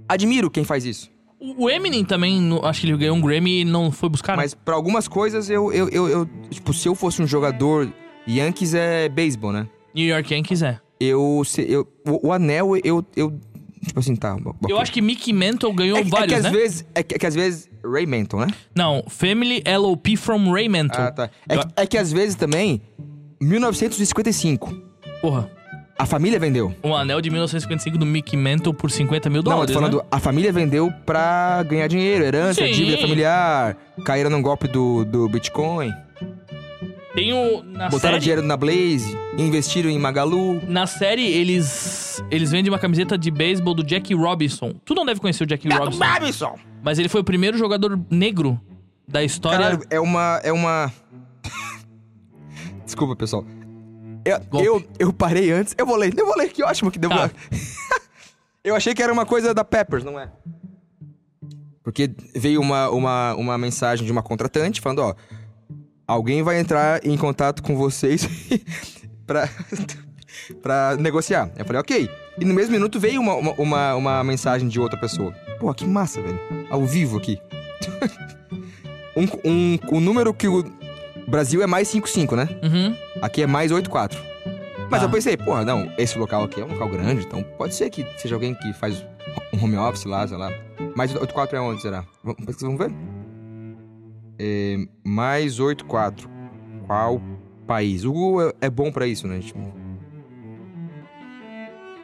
Admiro quem faz isso. O o Eminem também, no- acho que ele ganhou um Grammy e não foi buscar. né? Mas pra algumas coisas, eu, eu, eu, eu- Tipo, se eu fosse um jogador. Yankees é beisebol, né? New York Yankees é. eu, se- eu o, o anel eu, eu tipo assim tá bo- Eu ok. acho que Mickey Mantle ganhou é, que- é vários, que às né? vezes é que, é que às vezes Ray Mantle, né? Não, Family LOP from Ray Mantle. Ah, tá. É, então que- é que às vezes também 1955 Porra, a família vendeu. um anel de 1955 do Mickey Mantle por 50 mil Não, eu dólares, tô falando né? a família vendeu pra ganhar dinheiro, herança, Sim. dívida familiar, caíram num golpe do, do Bitcoin, Tem o... Na botaram série, dinheiro na Blaze, investiram em Magalu. na série eles, eles vendem uma camiseta de beisebol do Jackie Robinson. Tu não deve conhecer o Jackie Robinson, Robinson. mas ele foi o primeiro jogador negro da história. Caralho, é uma. É uma. <laughs> Desculpa, pessoal. Eu, Golpe. eu, eu parei antes. Eu vou ler. Eu vou ler, que ótimo que deu. Tá. <laughs> eu achei que era uma coisa da Peppers, não é? Porque veio uma, uma, uma mensagem de uma contratante falando, ó. Alguém vai entrar em contato com vocês <laughs> pra, <laughs> pra negociar. Eu falei, ok. E no mesmo minuto veio uma, uma, uma, uma mensagem de outra pessoa. Pô, que massa, velho. Ao vivo aqui. um, um, o número que o Brasil é mais 55, né? Uhum. <laughs> Aqui é mais 84. Mas Tá. eu pensei, porra, não, esse local aqui é um local grande, então pode ser que seja alguém que faz um home office lá, sei lá. Mais 84 é onde será? Vamos pesquisar, vamos ver? É, mais 84. Qual país? O Google é, é bom pra isso, né? Tipo...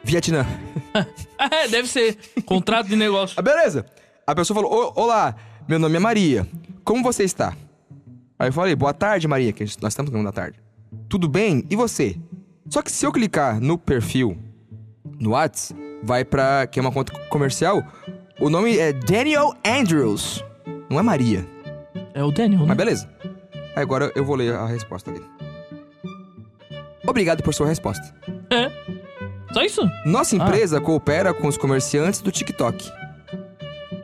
Vietnã. É, deve ser. Contrato de negócio. Ah, beleza. A pessoa falou: "Ô, Olá, meu nome é Maria. Como você está? Aí eu falei: Boa tarde, Maria, que a gente- nós estamos no da tarde. Tudo bem? E você? Só que se eu clicar no perfil no Whats, vai pra. que é uma conta comercial. O nome é Daniel Andrews. Não é Maria. É o Daniel, né? Mas beleza. Aí Agora eu vou ler a resposta dele. Obrigado por sua resposta. É. Só isso? Nossa Ah. empresa coopera com os comerciantes do TikTok.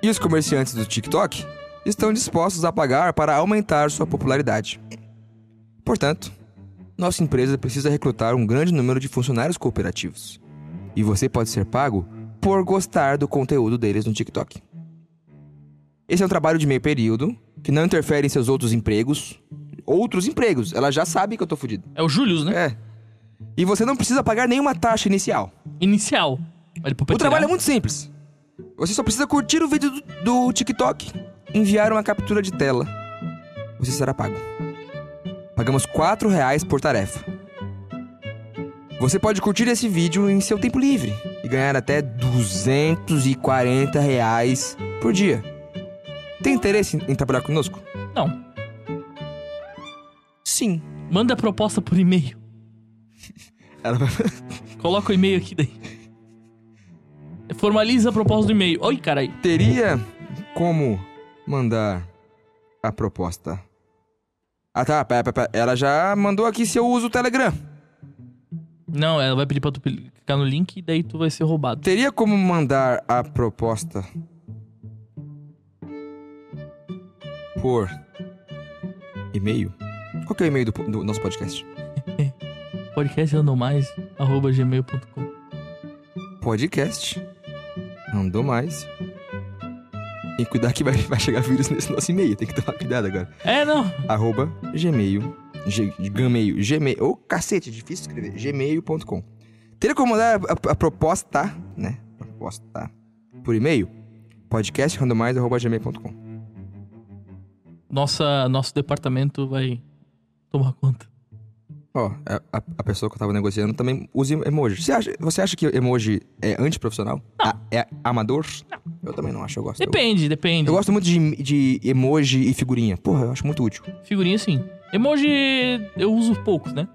E os comerciantes do TikTok estão dispostos a pagar para aumentar sua popularidade. Portanto, nossa empresa precisa recrutar um grande número de funcionários cooperativos. E você pode ser pago por gostar do conteúdo deles no TikTok. Esse é um trabalho de meio período, que não interfere em seus outros empregos. Outros empregos, ela já sabe que eu tô fudido. É o Július, né? É. E você não precisa pagar nenhuma taxa inicial. Inicial. Mas depois pra O trabalho é tirar- muito simples. Você só precisa curtir o vídeo do, do TikTok, enviar uma captura de tela. Você será pago. Pagamos R$ 4 reais por tarefa. Você pode curtir esse vídeo em seu tempo livre e ganhar até R$ 240 reais por dia. Tem interesse em trabalhar conosco? Não. Sim. Manda a proposta por e-mail. Ela vai... Coloca o e-mail aqui daí. Formaliza a proposta do e-mail. Oi, caralho. teria como mandar a proposta. Ah tá, pera, pera, pera. ela já mandou aqui se eu uso o Telegram. Não, ela vai pedir pra tu clicar no link e daí tu vai ser roubado. Teria como mandar a proposta por e-mail? Qual que é o e-mail do, po- do nosso podcast? Podcast andou mais, arroba gmail.com. Podcast. Andou mais. Tem que cuidar que vai, <laughs> vai chegar vírus nesse nosso e-mail. Tem que tomar cuidado agora. É, não. arroba gmail, g, gmail, gmail, ô cacete, difícil escrever, gmail.com. Teria como mandar a, a- a proposta, né, proposta por e-mail, podcastrandomize.gmail.com. Nossa, nosso departamento vai tomar conta. Ó, a, a- a pessoa que eu tava negociando também usa emoji. Você acha, você acha que emoji é antiprofissional? A- é amador? Eu também não acho, eu gosto. Eu- Depende, depende. Eu, gosto muito de, de emoji e figurinha. Porra, eu acho muito útil. Figurinha sim. Emoji eu uso poucos, né?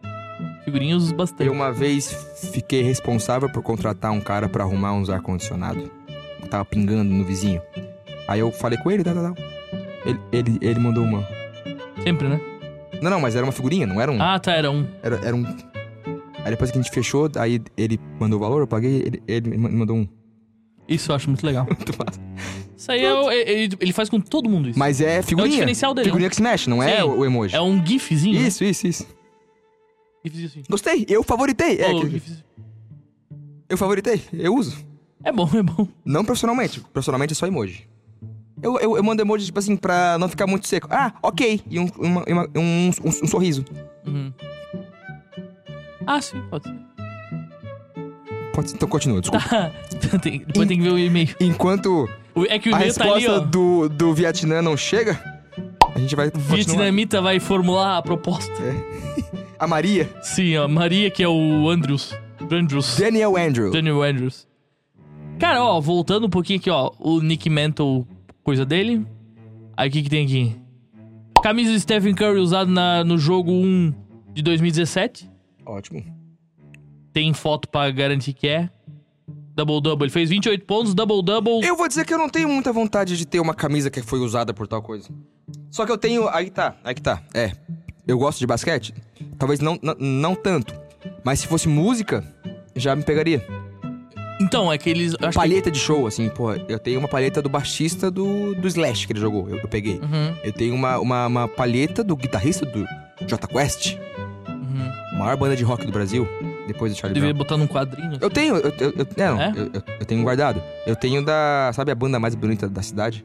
Figurinha eu uso bastante. Eu uma vez fiquei responsável por contratar um cara pra arrumar uns ar-condicionado. que Tava pingando no vizinho. Aí eu falei com ele, tá, tá, tá. Ele, ele, ele mandou uma. Sempre, né? Não, não, mas era uma figurinha, não era um. Ah, tá, era um. Era, era um. Aí depois que a gente fechou, aí ele mandou o valor, eu paguei, ele, ele me mandou <laughs> um. Isso eu acho muito legal. Muito fácil. Isso aí é o- ele, ele faz com todo mundo isso. Mas é figurinha. diferencial dele. né? Figurinha que se mexe, não é Sim. o, o emoji. É um gifzinho. né? Isso, isso, isso. Gifzinho assim. Gostei, eu favoritei. É, Ô, que- gifzinho. eu favoritei, eu uso. é bom, é bom. Não profissionalmente. Profissionalmente é só emoji. Eu, eu, eu mando emoji, tipo assim, pra não ficar muito seco. Ah, ok. E um, uma- uma- um, um, um sorriso. Uhum. Ah, sim, pode ser. <laughs> Pode ser- Então continua, desculpa. Tá. Tem- depois tem que ver o e-mail. Enquanto O- É que o a e-mail tá ali, resposta ó. do, do Vietnã não chega, a gente vai continuar. Vietnamita vai formular a proposta. é A Maria, Sim, ó. Maria, que é o Andrews. Andrews. Daniel Andrew. Daniel Andrews. Cara, ó, voltando um pouquinho aqui, ó. O Nick Mantle, coisa dele. Aí o que que tem aqui? Camisa do Stephen Curry usada na- no jogo 1 de 2017. Ótimo. Tem foto pra garantir que é. Double-double. Ele fez 28 pontos, double-double. Eu vou dizer que eu não tenho muita vontade de ter uma camisa que foi usada por tal coisa. Só que eu tenho. Aí que tá, aí que tá. É. Eu gosto de basquete? Talvez não, não, não tanto. Mas se fosse música, já me pegaria. Então, é que eles... eu acho que- palheta de show, assim, pô. Eu tenho uma palheta do baixista do, do Slash que ele jogou, eu, eu peguei. Uhum, Eu tenho uma, uma, uma palheta do guitarrista do Jota Quest, uhum. maior banda de rock do Brasil, depois do Charlie Deveria Brown. botar num quadrinho. Eu tenho, eu, eu, eu- é, não, assim? É? eu, eu- eu tenho guardado. Eu tenho da, sabe a banda mais bonita da cidade?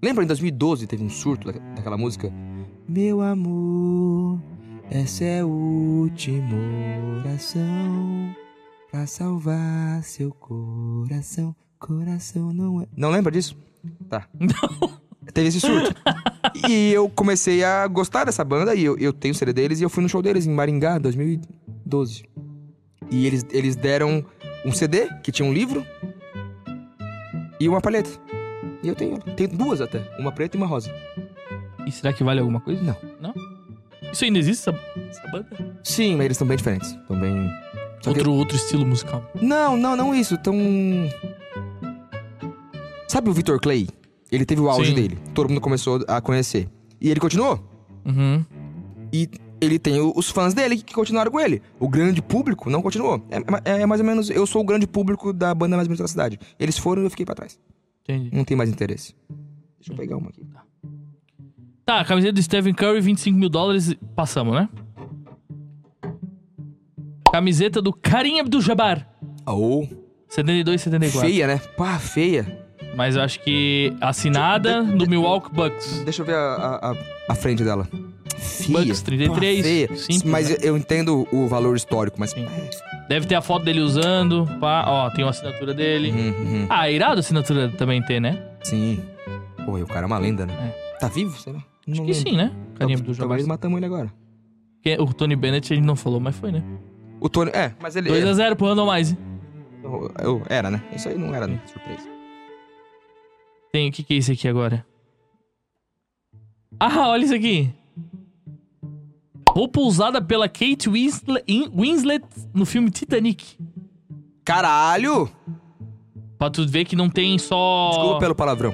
Lembra em 2012 teve um surto da- daquela música? Meu amor, essa é a última oração pra salvar seu coração. Coração não é. Não lembra disso? Tá. Não. Teve esse surto. e eu comecei a gostar dessa banda e eu, eu tenho CD deles e eu fui no show deles em Maringá em 2012. E eles, eles deram um CD que tinha um livro e uma palheta. E eu tenho, ela. tenho duas até, uma preta e uma rosa. E será que vale alguma coisa? Não. Não? Isso ainda existe, essa, essa banda? Sim, mas eles estão bem diferentes. Estão bem. Só que- Outro, outro estilo musical. Não, não, não isso. Tão. Sabe o Victor Clay? Ele teve o auge Sim. dele. Todo mundo começou a conhecer. E ele continuou. Uhum. E ele tem o- os fãs dele que continuaram com ele. O grande público não é continuou. É, é ma- é mais ou menos, eu sou o grande público da banda mais bonita da cidade. Eles foram e eu fiquei pra trás. Entendi. Não tem mais interesse. Deixa eu pegar uma aqui. Tá, camiseta do Stephen Curry, 25 mil dólares, passamos, né? Camiseta do Karim Abdul-Jabbar, Ou 72, 74. feia, né? Pá, feia. Mas eu acho que assinada do Milwaukee Bucks. Deixa eu ver a, a, a- a frente dela. Feia. Bucks 33, Pá, feia. simples, mas né? eu entendo o valor histórico, mas. é Sim. Deve ter a foto dele usando, pá, ó, tem uma assinatura dele. Uhum, uhum. Ah, irado a assinatura também ter, né? Sim. Pô, e o cara é uma lenda, né? Tá vivo? Será? Acho Uhum. que sim, né? Tá, Carinha do Talvez jogo. matamos ele agora. O Tony Bennett a gente não falou, mas foi, né? O Tony. É, mas ele. 2x0 pro Randomize. Eu- eu- era, né? Isso aí não era não, surpresa. Tem, o que que é isso aqui agora? Ah, <laughs> olha isso aqui. Roupa usada pela Kate Winslet, Winslet no filme Titanic. Caralho! Pra tu ver que não tem só... Desculpa pelo palavrão.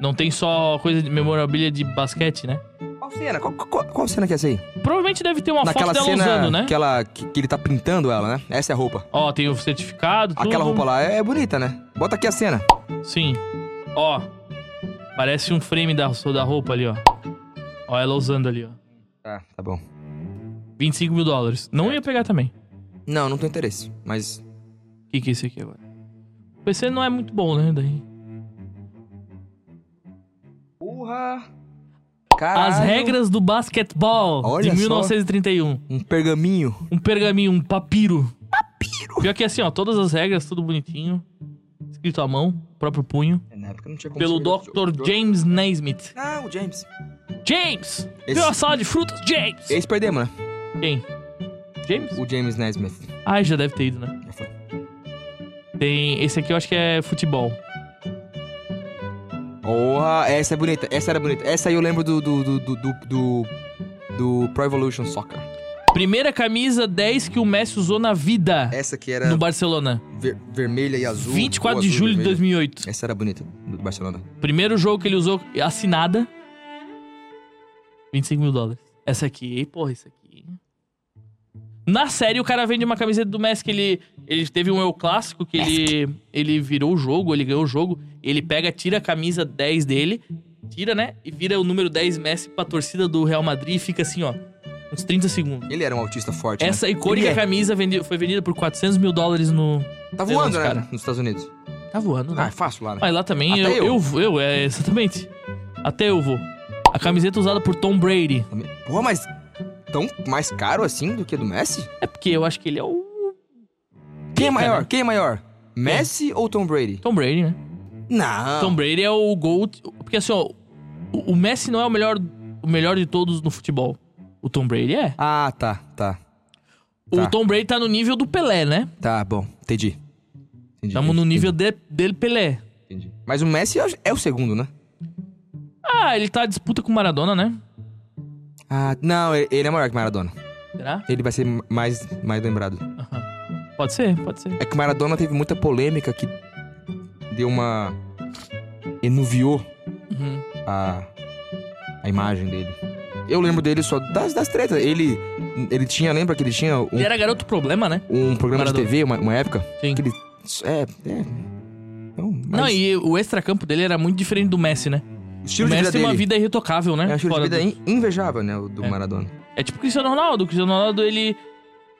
Não tem só coisa de memorabilia de basquete, né? Qual cena? Qual, qual- qual cena que é essa aí? Provavelmente deve ter uma Naquela foto dela cena usando, né? que, ela, que, que ele tá pintando ela, né? Essa é a roupa. Ó, tem o certificado, tudo. Aquela roupa lá é, é bonita, né? Bota aqui a cena. Sim. Ó, parece um frame da, da roupa ali, ó. Ó, ela usando ali, ó. Tá, tá bom. 25 mil dólares. Não ia pegar também. Não, não tem interesse, mas. O que, que é isso aqui agora? O PC não é muito bom, né? Daí. Porra! As Caralho! regras do basquetebol Olha de só. 1931. Um pergaminho. Um pergaminho, um papiro. Papiro! Pior que assim, ó, todas as regras, tudo bonitinho. Escrito à mão, próprio punho. É, Na época não tinha como Pelo escrever. Dr. James Naismith. Ah, o James. James! Esse- Viu a sala de frutas? James! Esse perdemos, né? Quem? James? O James Nesmith. Ah, já deve ter ido, né? Já foi. Tem. Esse aqui eu acho que é futebol. Porra, essa é bonita, essa era bonita. Essa aí eu lembro do. do. do. do. do, do, do Pro Evolution Soccer. Primeira camisa 10 que o Messi usou na vida Essa que era no Barcelona. ver- vermelha e É, né? azul. 24 ou de azul e julho de vermelha. 2008. Essa era bonita, do Barcelona. Primeiro jogo que ele usou assinada. 25 mil dólares. Essa aqui, porra, isso aqui. Na série, o cara vende uma camiseta do Messi que ele, ele teve um El Clássico que ele, ele virou o jogo, ele ganhou o jogo. Ele pega, tira a camisa 10 dele, tira, né? E vira o número 10 Messi pra torcida do Real Madrid e fica assim, ó, uns 30 segundos. Ele era um autista forte. Essa icônica Ele é. camisa vendi- foi vendida por 400 mil dólares no. né? Tá Sei voando, lá, né? cara. Nos Estados Unidos. Tá voando, né? Ah, é fácil lá, né? Mas lá também Até eu, eu. eu. eu. é, exatamente. Até eu vou. A camiseta usada por Tom Brady. Porra, mas. Tão mais caro assim do que a do Messi? É porque eu acho que ele é o. Quem é Pica, maior? né? Quem é maior? Messi ou Tom Brady? Tom Brady, né? Não. Tom Brady é o GOAT. Porque assim, ó. O, o Messi não é o melhor, o melhor de todos no futebol. O Tom Brady é. Ah, tá, tá. Tá. O Tom Brady tá no nível do Pelé, né? Tá bom, entendi. Entendi, Estamos no entendi, nível de, dele Pelé. entendi. Mas o Messi é o- é o segundo, né? Ah, ele tá à disputa com o Maradona, né? Ah, não, ele ele é maior que Maradona. Será? Ele vai ser mais, mais lembrado. Aham. Pode ser, pode ser. É que Maradona teve muita polêmica que deu uma. enuviou Uhum. a, a imagem dele. Eu lembro dele só das, das tretas. Ele, ele tinha, lembra que ele tinha um, Ele era garoto problema, né? um programa Maradona. de TV, uma, uma época? Sim. Que ele. É, é. um Não, mas Não, e o extracampo dele era muito diferente do Messi, né? o estilo o de Messi vida tem uma dele. vida irretocável, né? É um estilo de Fora vida do- in- invejável, né? O do É. Maradona. É tipo o Cristiano Ronaldo. O Cristiano Ronaldo, ele.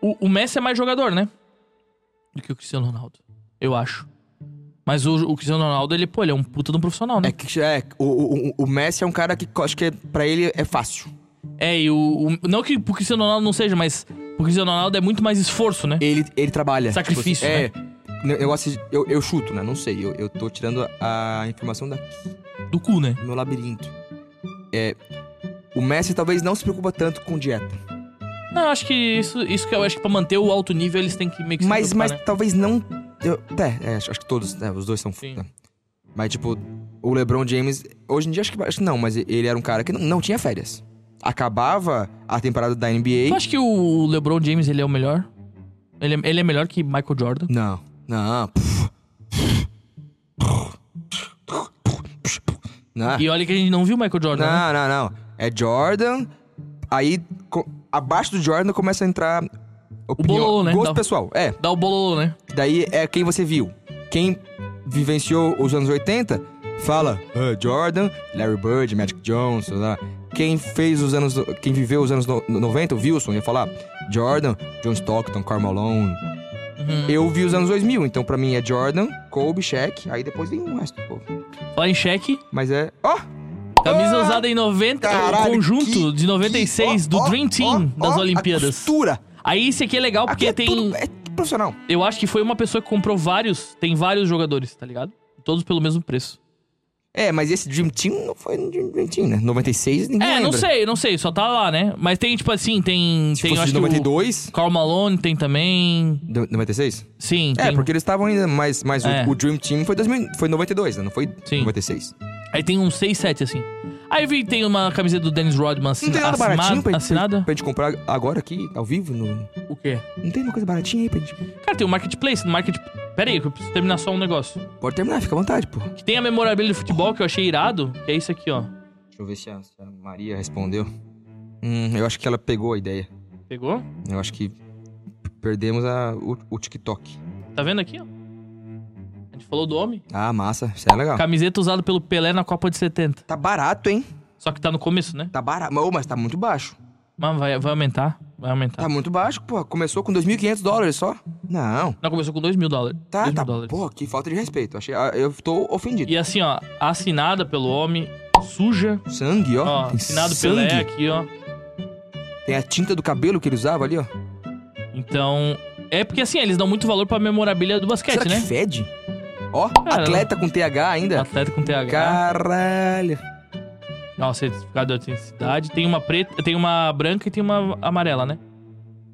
O, o Messi é mais jogador, né? Do que o Cristiano Ronaldo. Eu acho. Mas o, o Cristiano Ronaldo, ele, pô, ele é um puta de um profissional, É né? que é, o, o, o- o Messi é um cara que co- acho que é- pra ele é fácil. É, e o, o- Não que pro Cristiano Ronaldo não seja, mas pro Cristiano Ronaldo é muito mais esforço, né? Ele, ele trabalha. Sacrifício, né? Tipo assim, É. ne- Negócio de, eu, eu chuto, né? Não sei. Eu, eu tô tirando a informação da Do cu, né? do meu labirinto. É. O Messi talvez não se preocupa tanto com dieta. Não, eu acho que isso, isso que eu acho que pra manter o alto nível eles têm que meio que se Mas, preocupar, mas né? talvez não. Eu, é, é, acho acho que todos, né? Os dois são. Sim. né? Mas, tipo, o LeBron James. Hoje em dia acho que, acho que não, mas ele era um cara que não, não tinha férias. Acabava a temporada da Tu NBA. acha que o LeBron James, ele é o melhor? Ele é, ele é melhor que Michael Jordan? Não, não. Não. E né? olha que a gente não viu o Michael Jordan, né? Não, não, não. É Jordan. Aí, co- abaixo do Jordan começa a entrar opinião, bololô, né? gosto Dá- pessoal. É, Dá o bololô, né? daí é quem você viu. Quem vivenciou os anos 80 fala ah, Jordan, Larry Bird, Magic Johnson, lá. Quem fez os anos. Quem viveu os anos no- 90, o Wilson, ia falar Jordan, John Stockton, Karl Malone. Uhum. Eu vi os anos 2000, então pra mim é Jordan, Kobe, Shaq, aí depois vem o resto, pô. Falar em cheque, Mas é. Ó! camisa Ah, usada em 90, caralho, o conjunto que- de 96 que- do ó, Dream ó, Team ó, das ó, A Olimpíadas. costura! Aí esse aqui é legal Aqui porque é tem. tudo, é tudo profissional. Eu acho que foi uma pessoa que comprou vários, tem vários jogadores, tá ligado? Todos pelo mesmo preço. É, mas esse Dream Team não foi no Dream Dream Team, né? 96, ninguém É, lembra. não sei, não sei, só tá lá, né? Mas tem, tipo assim, tem. Se tem eu fosse acho de que 92... o Karl Malone tem também. do- 96? Sim, É, tem. porque eles estavam ainda, mas, mas o- É. o, Dream Team foi, 2000, foi 92, né? Não foi Sim. 96. Aí tem uns 6, 7, assim. Aí vi tem uma camiseta do Dennis Rodman assim, Não tem nada baratinho pra gente, assinada. pra gente comprar agora aqui, ao vivo? no- O quê? Não tem uma coisa baratinha aí pra gente... Cara, tem o Marketplace. No market... Pera aí, que eu preciso terminar só um negócio. Pode terminar, fica à vontade, pô. Que tem a memorabilia de futebol que eu achei irado, que é isso aqui, ó. Deixa eu ver se a, se a Maria respondeu. Hum, eu acho que ela pegou a ideia. Pegou? Eu acho que perdemos a- o, o TikTok. Tá vendo aqui, ó? A gente falou do homem. Ah, massa. Isso é legal. Camiseta usada pelo Pelé na Copa de 70. Tá barato, hein? Só que tá no começo, né? Tá barato. Mas, ô, mas tá muito baixo. Mas vai, vai aumentar. Vai aumentar. Tá muito baixo, pô. Começou com 2.500 dólares só. Não. Não, começou com 2 mil dólares. Tá, dois tá. mil dólares. Pô, que falta de respeito. Achei, ah, eu tô ofendido. E assim, ó, assinada pelo homem, suja. Sangue, ó. Ó, Tem assinado sangue. Pelé aqui, ó. Tem a tinta do cabelo que ele usava ali, ó. Então. É porque assim, eles dão muito valor pra memorabilia do basquete, Será né? que fede? Ó, Cara, atleta com TH ainda. Atleta com TH. Caralho. Ó, certificado de autenticidade. Tem uma preta, tem uma branca e tem uma amarela, né?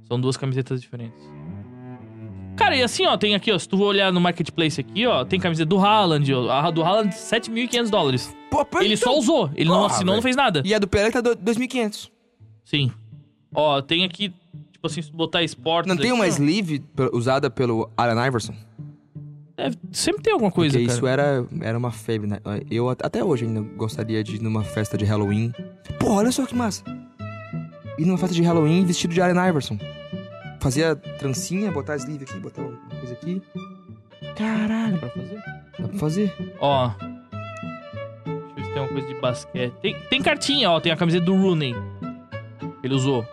São duas camisetas diferentes. Cara, e assim, ó, tem aqui, ó, se tu olhar no marketplace aqui, ó, tem camiseta do Haaland, ó, a do Haaland 7.500 dólares. Pô, pô, Ele então- só usou, ele não Porra, assinou, não velho. fez nada. E a do Pelé tá do- 2.500. Sim. Ó, tem aqui, tipo assim, se tu botar esporte... Não tem uma sleeve pe- usada pelo Allen Iverson? Deve- sempre tem alguma coisa, Porque cara. isso era, era uma febre, né? Eu at- até hoje ainda gostaria de ir numa festa de Halloween. Pô, olha só que massa! Ir numa festa de Halloween vestido de Allen Iverson. Fazer a trancinha, botar a sleeve aqui, botar uma coisa aqui. é Caralho, Pra fazer. dá pra fazer. Ó. Deixa eu ver se tem uma coisa de basquete. Tem, tem cartinha, ó. Tem a camiseta do Rooney. Ele usou.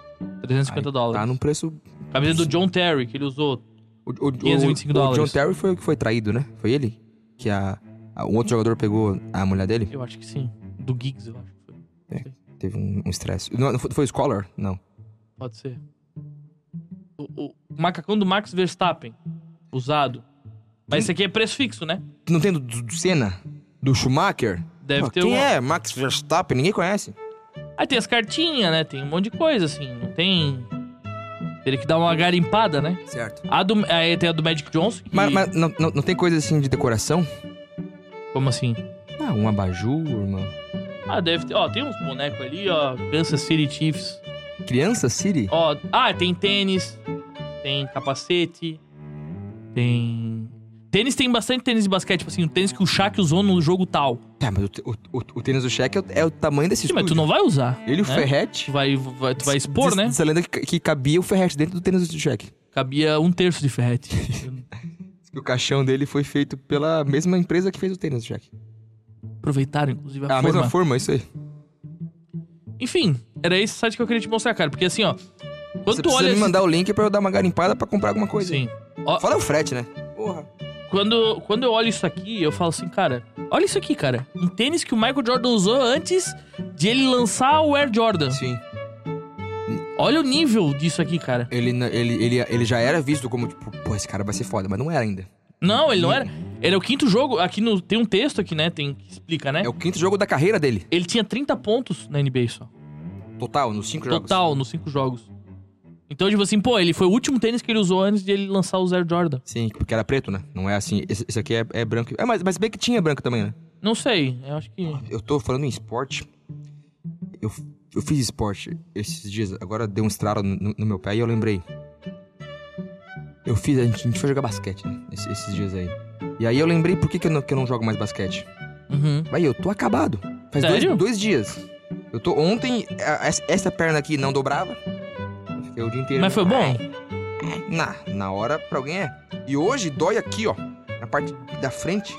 350 dólares. Tá num preço... Camiseta do John Terry, que ele usou. O, o, o, 525 o John dólares. Terry foi o que foi traído, né? Foi ele? Que a, a- um outro jogador pegou a mulher dele? Eu acho que sim. Do Giggs, eu acho que foi. Teve um um estresse. Não, não foi, foi o Scholar? Não. Pode ser. O, o- o macacão do Max Verstappen. Usado. Mas esse aqui é preço fixo, né? Não tem do, do, do Senna? Do Schumacher? Deve Pô, ter quem um. é? Max Verstappen? Ninguém conhece. Aí tem as cartinhas, né? Tem um monte de coisa, assim. Não tem. Teria que dar uma garimpada, né? Certo. A do, aí tem a do Magic Johnson. que- Mas, mas não, não, não tem coisa assim de decoração? Como assim? Ah, um abajur, mano. Ah, deve ter. Ó, tem uns bonecos ali, ó. Kansas City Chiefs. Criança City? Ó, ah, tem tênis. Tem capacete. Tem. Tênis tem bastante tênis de basquete, tipo assim, o tênis que o Shaq usou no jogo tal. Tá, mas o, te- o, o- o tênis do Shaq é o, é o tamanho desse Sim, mas tu estúdio. não vai usar. Ele e o né? Tu Ferrete... vai, vai- tu vai expor, diz- né? Diz a lenda que, que cabia o Ferrete dentro do tênis do Shaq. Cabia um terço de ferrete. O caixão dele foi feito pela mesma empresa que fez o tênis do Shaq. <laughs> Aproveitaram, inclusive, a, Ah, a forma. mesma forma, isso aí. Enfim, era esse site que eu queria te mostrar, cara. Porque assim, ó. Quando Você tu precisa olha. me esse- mandar o link pra eu dar uma garimpada pra comprar alguma coisa. Sim. Ó, Fala o frete, né? Porra. Quando, quando eu olho isso aqui, eu falo assim, cara, olha isso aqui, cara. Um tênis que o Michael Jordan usou antes de ele lançar o Air Jordan. Sim. Olha o nível disso aqui, cara. Ele, n- ele, ele, ele já era visto como, tipo, pô, esse cara vai ser foda, mas não era ainda. Não, ele não era. Ele é o quinto jogo. Aqui no, tem um texto aqui, né? Tem que explica, né? É o quinto jogo da carreira dele. Ele tinha 30 pontos na NBA só. Total, nos cinco jogos. Total, nos cinco jogos. Então, tipo assim, pô, ele foi o último tênis que ele usou antes de ele lançar o Air Jordan. Sim, porque era preto, né? Não é assim. Esse, esse aqui é, é branco. É, mas, mas bem que tinha branco também, né? Não sei, eu acho que. Eu tô falando em esporte. Eu, eu fiz esporte esses dias. Agora deu um estralo no, no meu pé e eu lembrei. Eu fiz, a gente, a gente foi jogar basquete, né? Esses, esses dias aí. E aí eu lembrei por que, que, eu, não, que eu não jogo mais basquete. Uhum. Aí eu tô acabado. Faz dois, Sério? dois dias. Eu tô ontem, a- essa- essa perna aqui não dobrava. Eu fiquei o dia inteiro. Mas foi bom? Na, na hora pra alguém é. E hoje dói aqui, ó. Na parte da frente.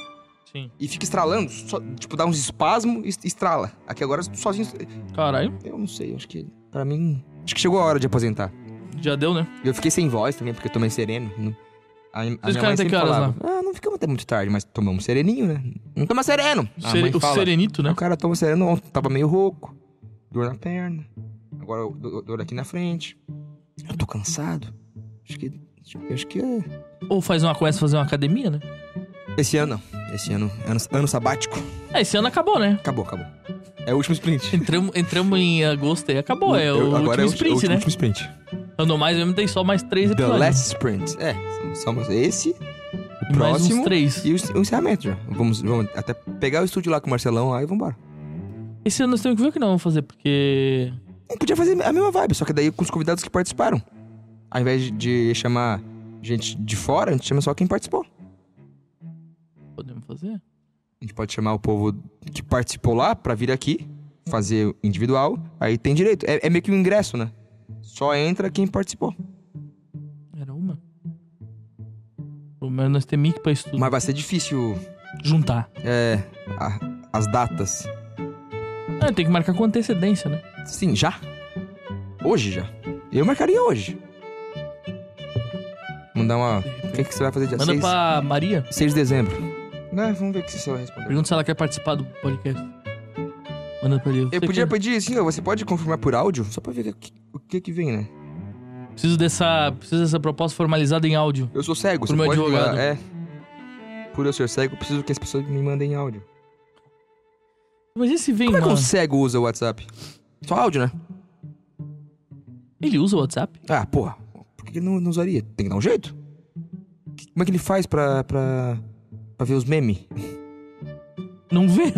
Sim. E fica estralando, só- tipo, dá uns espasmos e est- estrala. Aqui agora, sozinho, Caralho, eu não sei, acho que pra mim... Acho que chegou a hora de aposentar. já deu, né? Eu fiquei sem voz também, porque eu tomei sereno. Não- A, a minha mãe ficaram até sempre que horas falava, ah, não ficamos até muito tarde, mas tomamos sereninho, né? Não toma sereno! A Sere- Ah, mãe o fala. Serenito, né? O cara toma sereno ontem, tava meio rouco, dor na perna, agora eu- do- dor aqui na frente. Eu tô cansado. Acho que. acho que- Acho que é. Ou faz uma, começa a fazer uma academia, né? Esse ano não. Esse ano, ano. Ano sabático. Ah, esse ano acabou, né? Acabou, acabou. É o último sprint. Entramos, entramos em agosto e acabou. É Eu- o último é o- sprint, é o né? último sprint. Andou mais, eu me dei só mais três The episódios. last sprint. É, são- somos esse, o E mais uns próximo. três. E o, o encerramento já. Vamos, vamos até pegar o estúdio lá com o Marcelão lá e vambora. Esse ano nós temos que ver o que nós vamos fazer, porque. Eu podia fazer a mesma vibe, só que daí com os convidados que participaram. Ao invés de- de chamar gente de fora, a gente chama só quem participou. Podemos fazer? A gente pode chamar o povo que participou lá pra vir aqui, fazer individual, aí tem direito. É, é meio que um ingresso, né? Só entra quem participou. Era uma. Pelo menos nós temos mic pra isso tudo. Mas vai ser difícil juntar. é, a- as datas. Ah, tem que marcar com antecedência, né? Sim, já. Hoje já. Eu marcaria hoje. Mandar uma. O que, que você vai fazer dia Manda 6? pra Maria. 6 de dezembro. Né, vamos ver o que você vai responder. Pergunta se ela quer participar do podcast. Manda pra ele. Eu Você podia quer? pedir assim, ó, você pode confirmar por áudio? Só pra ver o que, o que que vem, né? Preciso dessa, preciso dessa proposta formalizada em áudio. Eu sou cego, Por você meu pode advogado. mandar- É. Por eu ser cego, preciso que as pessoas me mandem áudio. Mas esse vem, Como é que mano. um cego usa o WhatsApp? Só áudio, né? Ele usa o WhatsApp? Ah, porra. Por que ele não, não usaria? Tem que dar um jeito. Que- Como é que ele faz pra... pra... pra ver os memes? Não vê?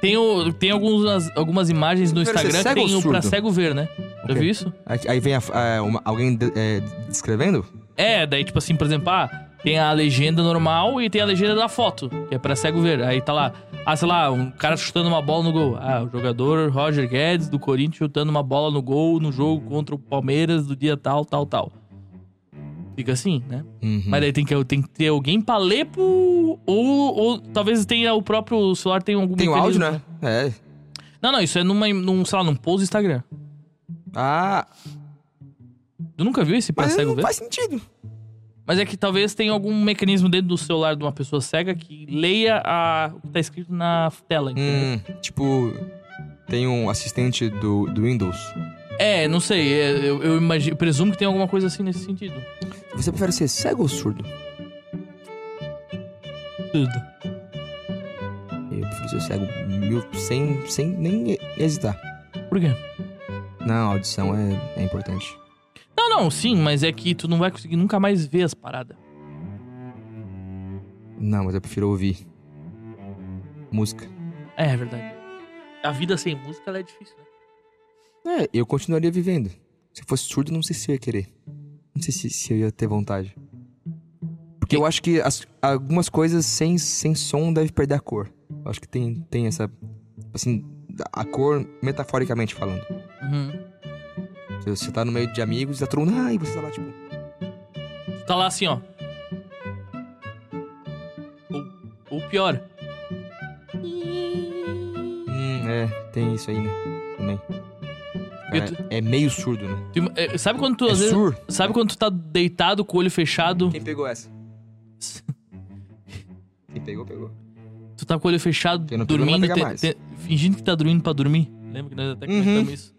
Tem, o, tem algumas, algumas imagens no Primeiro, Hum. você é Instagram que cego tem ou o pra surdo? cego ver, né? Já Ok. viu isso? Aí, aí vem a- a- uma- alguém de- é, descrevendo? É, daí tipo assim, por exemplo, ah, tem a legenda normal e tem a legenda da foto, que é pra cego ver. Aí tá lá, ah, sei lá, um cara chutando uma bola no gol. Ah, o jogador Roger Guedes do Corinthians chutando uma bola no gol no Hum. jogo contra o Palmeiras do dia tal, tal, tal. Fica assim, né? Uhum. Mas daí tem que, tem que ter alguém pra ler pro. Ou, ou talvez tenha o próprio celular, tem algum. Tem o áudio, mecanismo- né? É. Não, não, isso é numa, num, sei lá, num post do Instagram. Ah, Tu nunca viu esse pra mas cego não ver? faz sentido. Mas é que talvez tenha algum mecanismo dentro do celular de uma pessoa cega que leia a- o que tá escrito na tela. entendeu? Hum, tipo, tem um assistente do, do Windows. É, não sei. é, eu eu imagi- presumo que tem alguma coisa assim nesse sentido. Você prefere ser cego ou surdo? Tudo. Eu prefiro ser cego mil, sem, sem nem hesitar. Por quê? Não, a audição é, é importante. Não, não, sim, mas é que tu não vai conseguir nunca mais ver as paradas. Não, mas eu prefiro ouvir. Música. É, é verdade. A vida sem música ela é difícil, né? É, eu continuaria vivendo. Se eu fosse surdo, não sei se eu ia querer. Não sei se, se eu ia ter vontade. Porque eu acho que as- algumas coisas sem, sem som devem perder a cor. Eu acho que tem, tem essa. Assim, a cor metaforicamente falando. Uhum. Você, você tá no meio de amigos, tá todo mundo. Ai, você tá lá, tipo. Tu tá lá assim, ó. Ou, ou pior. Hum, é, tem isso aí, né? Também. Eu É- tô- É, meio surdo, né? Tu ima- é, sabe quando tu É às vezes. sur? Sabe quando tu tá deitado com o olho fechado? Quem <laughs> pegou essa? Quem pegou, pegou. Tu tá com o olho fechado, Quem não pegou, não vai dormindo, pegar te- mais. te- fingindo que tá dormindo pra dormir. Lembra que nós até Uhum. comentamos isso?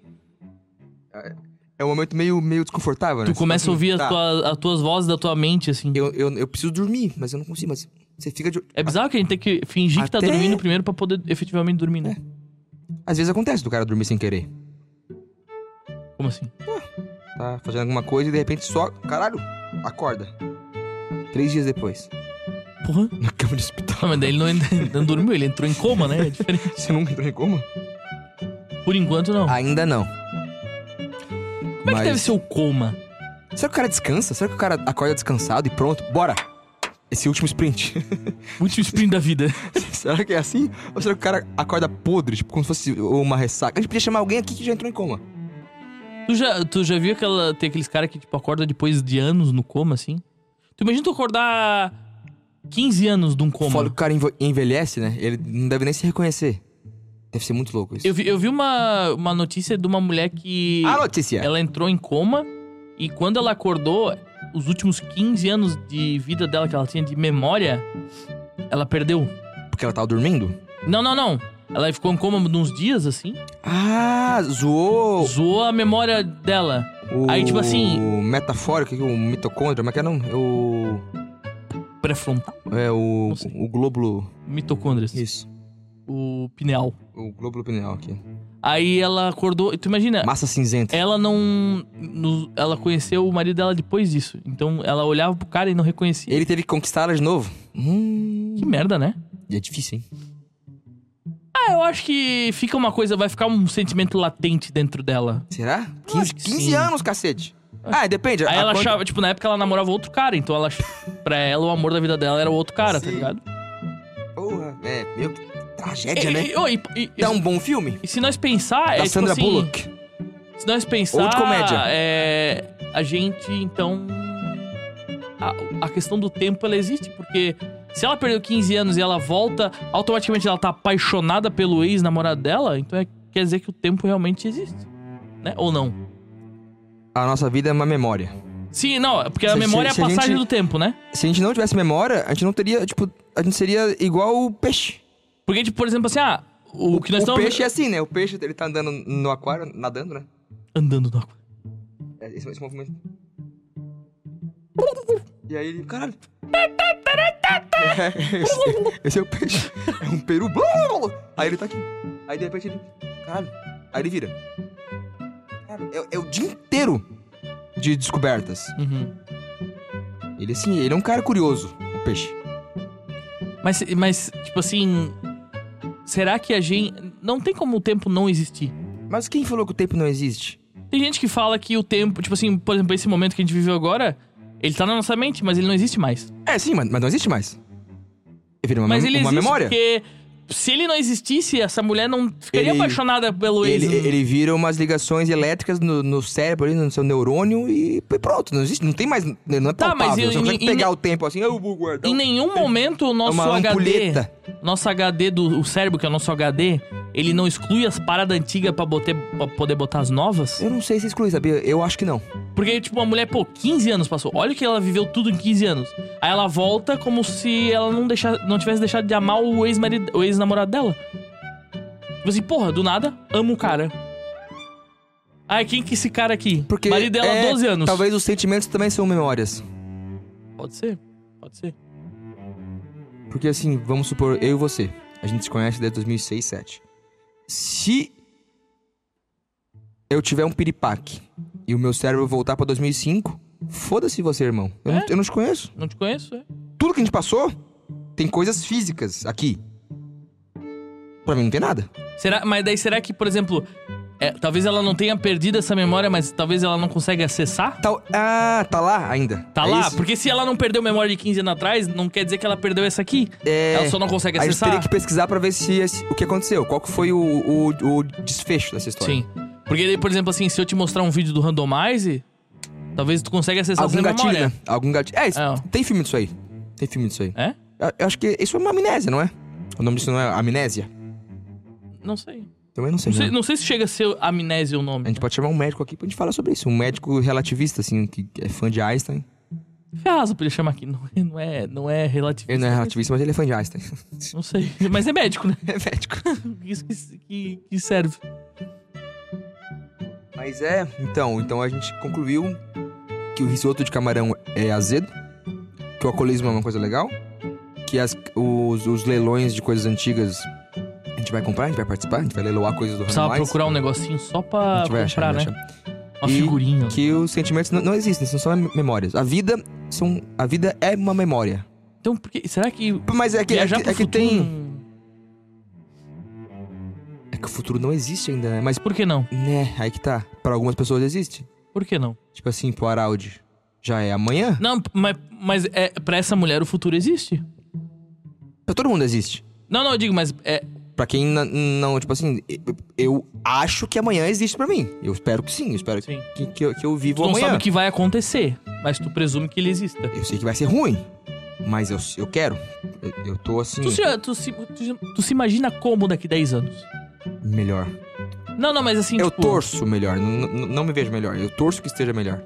É um momento meio, meio desconfortável, né? Tu Você começa a fala assim, ouvir as, tá, tuas- as tuas vozes da tua mente, assim. Eu, eu, eu preciso dormir, mas eu não consigo. Mas você fica de. É bizarro que a gente tem que fingir que tá Até- É. dormindo primeiro pra poder efetivamente dormir, né? Às vezes acontece do cara dormir sem querer. Como assim? Tá fazendo alguma coisa e de repente só. Caralho, acorda. Três dias depois. <laughs> Porra. Na cama de hospital. <laughs> Não, mas daí ele não, não dormiu, ele entrou em coma, né? É diferente. Você nunca entrou em coma? Por enquanto, não. Ainda não. Como é que deve ser o coma? Será que o cara descansa? Será que o cara acorda descansado e pronto? Bora! Esse último sprint. <laughs> Último sprint da vida. será que é assim? Ou será que o cara acorda podre, tipo, como se fosse uma ressaca? A gente podia chamar alguém aqui que já entrou em coma. Tu já, tu já viu aquela, tem aqueles caras que, tipo, acorda depois de anos no coma, assim? Tu imagina tu acordar 15 anos de um Como? coma. Fora que o cara enve- envelhece, né? Ele não deve nem se reconhecer. Deve ser muito louco isso. Eu vi, eu vi uma, uma notícia de uma mulher que. A notícia. Ela entrou em coma e quando ela acordou, os últimos 15 anos de vida dela que ela tinha de memória, ela perdeu. Porque ela tava dormindo? Não, não, não. Ela ficou em coma uns dias, assim. Ah, zoou Zoou a memória dela. o... Aí, tipo assim- O metafórico, o mitocôndrio, como é que é não? É o... Pré-frontal. É o... Não sei. O glóbulo... Mitocôndrias. Isso. O pineal. O glóbulo pineal aqui. Aí ela acordou. Tu imagina, Massa cinzenta. ela não. no- ela conheceu o marido dela depois disso. Então ela olhava pro cara e não reconhecia. Ele teve que conquistar ela de novo. Hum... Que merda, né? E é difícil, hein? Ah, eu acho que fica uma coisa, vai ficar um sentimento latente dentro dela. Será? acho 15, que 15 sim. anos, cacete. Ah, depende. Aí a ela quanto- achava, tipo, na época ela namorava outro cara, então ela ach- pra ela o amor da vida dela era o outro cara, tá Sim. ligado? Porra, é, meu, que E, <laughs> tragédia, né? e, oh, e, e- Dá um bom filme? e se nós pensar, é da tipo Sandra assim, Bullock. Se nós pensar, Ou de comédia. é a gente então a, a questão do tempo ela existe porque se ela perdeu 15 anos e ela volta, automaticamente ela tá apaixonada pelo ex-namorado dela, então é- quer dizer que o tempo realmente existe, né? Ou não? A nossa vida é uma memória. Sim, não, é porque a Se- memória se- se é a a passagem do gente- tempo, né? Se a gente não tivesse memória, a gente não teria, tipo, a gente seria igual o peixe. Porque, tipo, por exemplo, assim, ah, o, que nós o estamos peixe é assim, né? O peixe, ele tá andando no aquário, nadando, né? andando no aquário. É Esse, esse movimento. E aí ele, caralho. É, esse, esse é o peixe. É um peru. Aí ele tá aqui. Aí de repente ele, caralho. Aí ele vira. Caralho, é, é o dia inteiro de descobertas. Uhum. Ele assim, ele é um cara curioso, o peixe. Mas, mas, tipo assim, será que a gente não tem como o tempo não existir? Mas quem falou que o tempo não existe? Tem gente que fala que o tempo, tipo assim, por exemplo, esse momento que a gente viveu agora, ele tá na nossa mente, mas ele não existe mais. É, sim, mas, mas não existe mais. Vira uma, mas mem- ele uma existe memória. porque se ele não existisse, essa mulher não ficaria Ele- apaixonada pelo ex. Ele, ele vira umas ligações elétricas no, no cérebro, ali, no seu neurônio e e pronto. Não existe, não tem mais. Não é Tá, palpável. mas você não em- consegue em- pegar o tempo assim, eu vou guardar. Em um- nenhum momento o nosso é uma HD, ampulheta. nosso HD do o cérebro, que é o nosso HD, ele não exclui as paradas antigas pra, botar, pra poder botar as novas? Eu não sei se exclui, sabia? Eu acho que não. Porque, tipo, uma mulher, pô, 15 anos passou. Olha que ela viveu tudo em 15 anos. Aí ela volta como se ela não, deixar, não tivesse deixado de amar o ex-marido- o ex-namorado dela. Tipo assim, porra, do nada, amo o cara. Ai, quem que é esse cara aqui? Porque. Marido dela, é, 12 anos. Talvez os sentimentos também são memórias. Pode ser, pode ser. Porque assim, vamos supor, eu e você. A gente se conhece desde 2006, 2007. Se eu tiver um piripaque e o meu cérebro voltar pra 2005, foda-se você, irmão. Eu, não, É? eu não te conheço. Não te conheço, é? Tudo que a gente passou tem coisas físicas aqui. Pra mim não tem nada. Será, mas daí será que, por exemplo, é, talvez ela não tenha perdido essa memória, mas talvez ela não consiga acessar? Tá, ah, tá lá ainda. Tá É lá? isso? Porque se ela não perdeu memória de 15 anos atrás, não quer dizer que ela perdeu essa aqui. É, Ela só não consegue a gente acessar. teria que pesquisar pra ver se esse- o que aconteceu. Qual que foi o, o- o desfecho dessa história. Sim. Porque, daí, por exemplo, assim, se eu te mostrar um vídeo do Randomize, talvez tu consiga acessar Algum essa gatilho, memória. né? Algum gatilho. É, isso, É. tem filme disso aí. Tem filme disso aí. É? Eu- Eu acho que isso é uma amnésia, não é? O nome disso não é amnésia? Não sei. Também não sei. Não sei, né? não sei se chega a ser amnésia o A nome. gente pode chamar um médico aqui pra gente falar sobre isso. Um médico relativista, assim, que é fã de Einstein. Ferrazo pra ele chamar aqui. <laughs> Não, é- não é, não é relativo. Ele não é relativista, mas ele é fã de Einstein. <laughs> Não sei. Mas é médico, né? É médico. Isso que, que- que serve. Mas é, então, então a gente concluiu que o risoto de camarão é azedo, que o alcoolismo é uma coisa legal, que as- os, os leilões de coisas antigas a gente vai comprar, a gente vai participar, a gente vai leiloar coisas do Precisava Randomais. procurar um negocinho só A pra gente vai comprar, achar, vai né? achar. Uma E figurinha. que os sentimentos não, não existem, são só mem- memórias. A vida são a vida é uma memória. Então, por que- será que. Mas é que é, viajar que, pro é que futuro tem não- é que o futuro não existe ainda, né? Mas Por que não? né, aí que tá. Pra algumas pessoas existe. Por que não? Tipo assim, pro Araldi já é amanhã. Não, mas, mas é, pra essa mulher o futuro existe. Pra todo mundo existe. Não, não, eu digo, mas é, Pra quem na- não, tipo assim, eu- eu acho que amanhã existe pra mim. Eu espero que sim, eu espero Sim. Que, que, eu, que eu vivo Tu não amanhã. Hum. sabe o que vai acontecer, mas tu presume que ele exista. Eu sei que vai ser ruim. Mas eu, eu quero. Eu, eu tô assim. Tu se, tu, se, tu se- tu se imagina como daqui 10 anos? Melhor. Não, não, mas assim, Eu tipo... torço melhor. n- n- Não me vejo melhor. Eu torço que esteja melhor.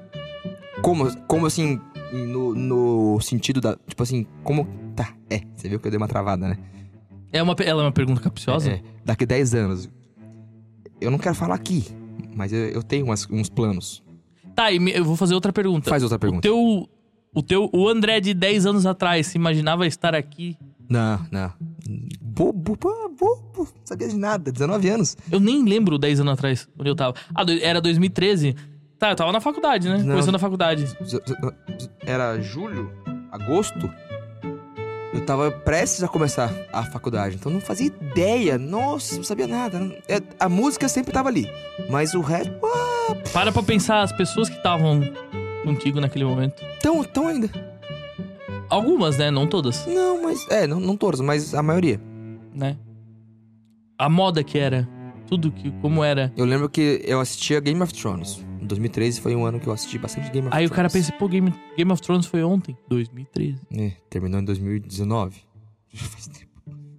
Como, como assim, no, no sentido da. Tipo assim, como. Tá, é. Você viu que eu dei uma travada, né? É uma, ela é uma pergunta capciosa? É, daqui 10 anos. Eu não quero falar aqui, mas eu, eu tenho umas- uns planos. Tá, e me- eu vou fazer outra pergunta. Faz outra pergunta. O teu... O teu... O André de 10 anos atrás se imaginava estar aqui... Não, não. Bobo, bo- bobo. Não sabia de nada, 19 anos. Eu nem lembro 10 anos atrás onde eu tava. Ah, do- era 2013? Tá, eu tava na faculdade, né? Não. Começando a faculdade. Z- z- Era julho, agosto. Eu tava prestes a começar a faculdade, então não fazia ideia. Nossa, não sabia nada. É, A música sempre tava ali, mas o resto, ah, Para pra pensar as pessoas que estavam contigo naquele momento. tão, tão ainda. Algumas, né? Não todas, Não, mas. É, não, não todos, mas a maioria. né? A moda que era. Tudo que... Como era. Eu lembro que eu assistia Game of Thrones. Em 2013 foi um ano que eu assisti bastante Game of Aí Thrones. o cara pensa, pô, Game, Game of Thrones foi ontem. 2013. É, terminou em 2019. Já faz tempo.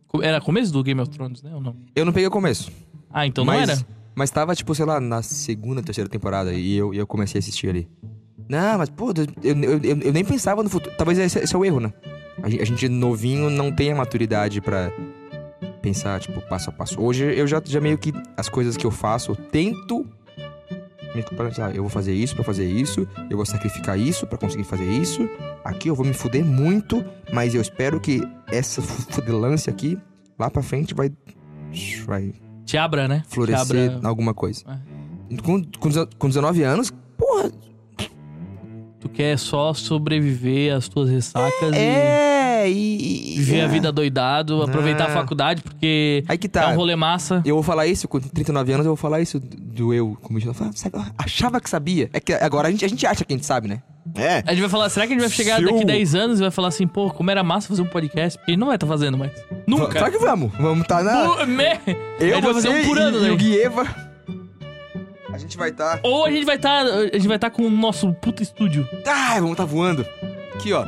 Co- Era começo do Game of Thrones, né? Ou não? Eu não peguei o começo. Ah, então mas, não era? Mas tava, tipo, sei lá, na segunda, terceira temporada. E eu, eu comecei a assistir ali. Não, mas, pô, dois- eu, eu, eu- eu nem pensava no futuro. Talvez esse, esse é o erro, né? A gente, a gente novinho não tem a maturidade pra pensar, tipo, passo a passo. Hoje eu já, já meio que. As coisas que eu faço, eu tento. Me planejar. Eu vou fazer isso pra fazer isso. Eu vou sacrificar isso pra conseguir fazer isso. Aqui eu vou me fuder muito. Mas eu espero que essa fu- fudelância aqui, lá pra frente, vai. Vai Te abra, né? Te florescer abra- em alguma coisa. É. Com, com, dezen- com 19 anos, porra, Tu quer só sobreviver às tuas ressacas e é, e... e- viver é. a vida doidado, aproveitar a Ah. faculdade, porque Aí que é tá. um rolê massa. Eu vou falar isso, com 39 anos eu vou falar isso do eu, como eu falo, sabe, eu achava que sabia. É que agora a gente, a gente acha que a gente sabe, né? É. A gente vai falar, será que a gente vai chegar Se eu- daqui 10 anos e vai falar assim, pô, como era massa fazer um podcast? Porque ele não vai estar fazendo mais. Nunca. Claro que vamos. Vamos tá na... Pô, me- a Eu, gente vai fazer você um por ano, e, e né? o Guieva. A gente vai tá... Ou a gente vai estar. a gente vai estar com o nosso puta estúdio, Ah, vamos tá voando. Aqui, ó.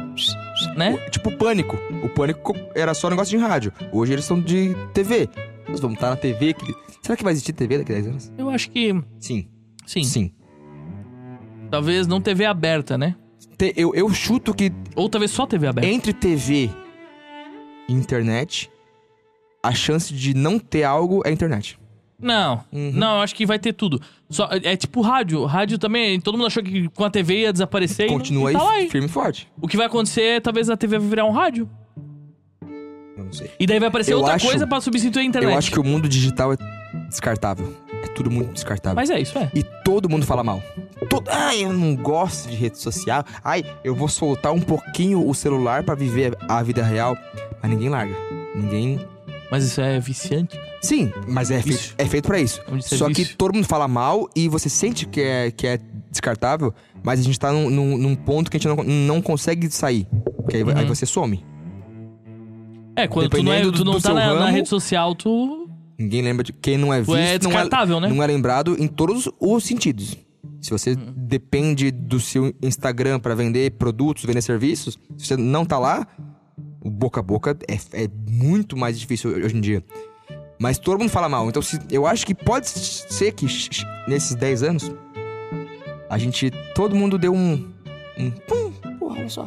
né? O- Tipo o Pânico. O Pânico co- era só um negócio de rádio. Hoje eles são de TV. Nós vamos estar na TV. Que... Será que vai existir TV daqui a 10 anos? Eu acho que. Sim. Sim. Sim. Talvez não TV aberta, né? Te- eu, eu chuto que Ou talvez só TV aberta. entre TV e internet, a chance de não ter algo é a internet. Não. Uhum. Não, eu acho que vai ter tudo. Só, é tipo rádio. Rádio também. Todo mundo achou que com a TV ia desaparecer. e não- Continua e tá lá aí, aí. firme e forte. O que vai acontecer é talvez a TV vai virar um rádio. Eu não sei. E daí vai aparecer Eu outra acho- coisa pra substituir a internet. Eu acho que o mundo digital é descartável. É tudo muito descartável. Mas é isso, é. E todo mundo fala mal. Todo... Ai, eu não gosto de rede social. Ai, eu vou soltar um pouquinho o celular pra viver a vida real. Mas ninguém larga. Ninguém. Mas isso é viciante. Sim, mas é, Vício. feito, é feito pra isso. É um desperdício. Só que todo mundo fala mal e você sente que é, que é descartável, mas a gente tá num, num- num ponto que a gente não, não consegue sair. Porque Uhum. aí, aí você some. É, quando tu não, é- Dependendo tu do- não do tá seu na, na ramo- rede social, tu, Ninguém lembra de. Quem não é tu visto é não, é, descartável, né? não é lembrado em todos os sentidos. Se você depende do seu Instagram pra vender produtos, vender serviços, se você não tá lá, o boca a boca é, é muito mais difícil hoje em dia. Mas todo mundo fala mal. Então se- eu acho que pode ser que sh- sh- nesses 10 anos a gente. Todo mundo deu um. um pum, porra, olha só.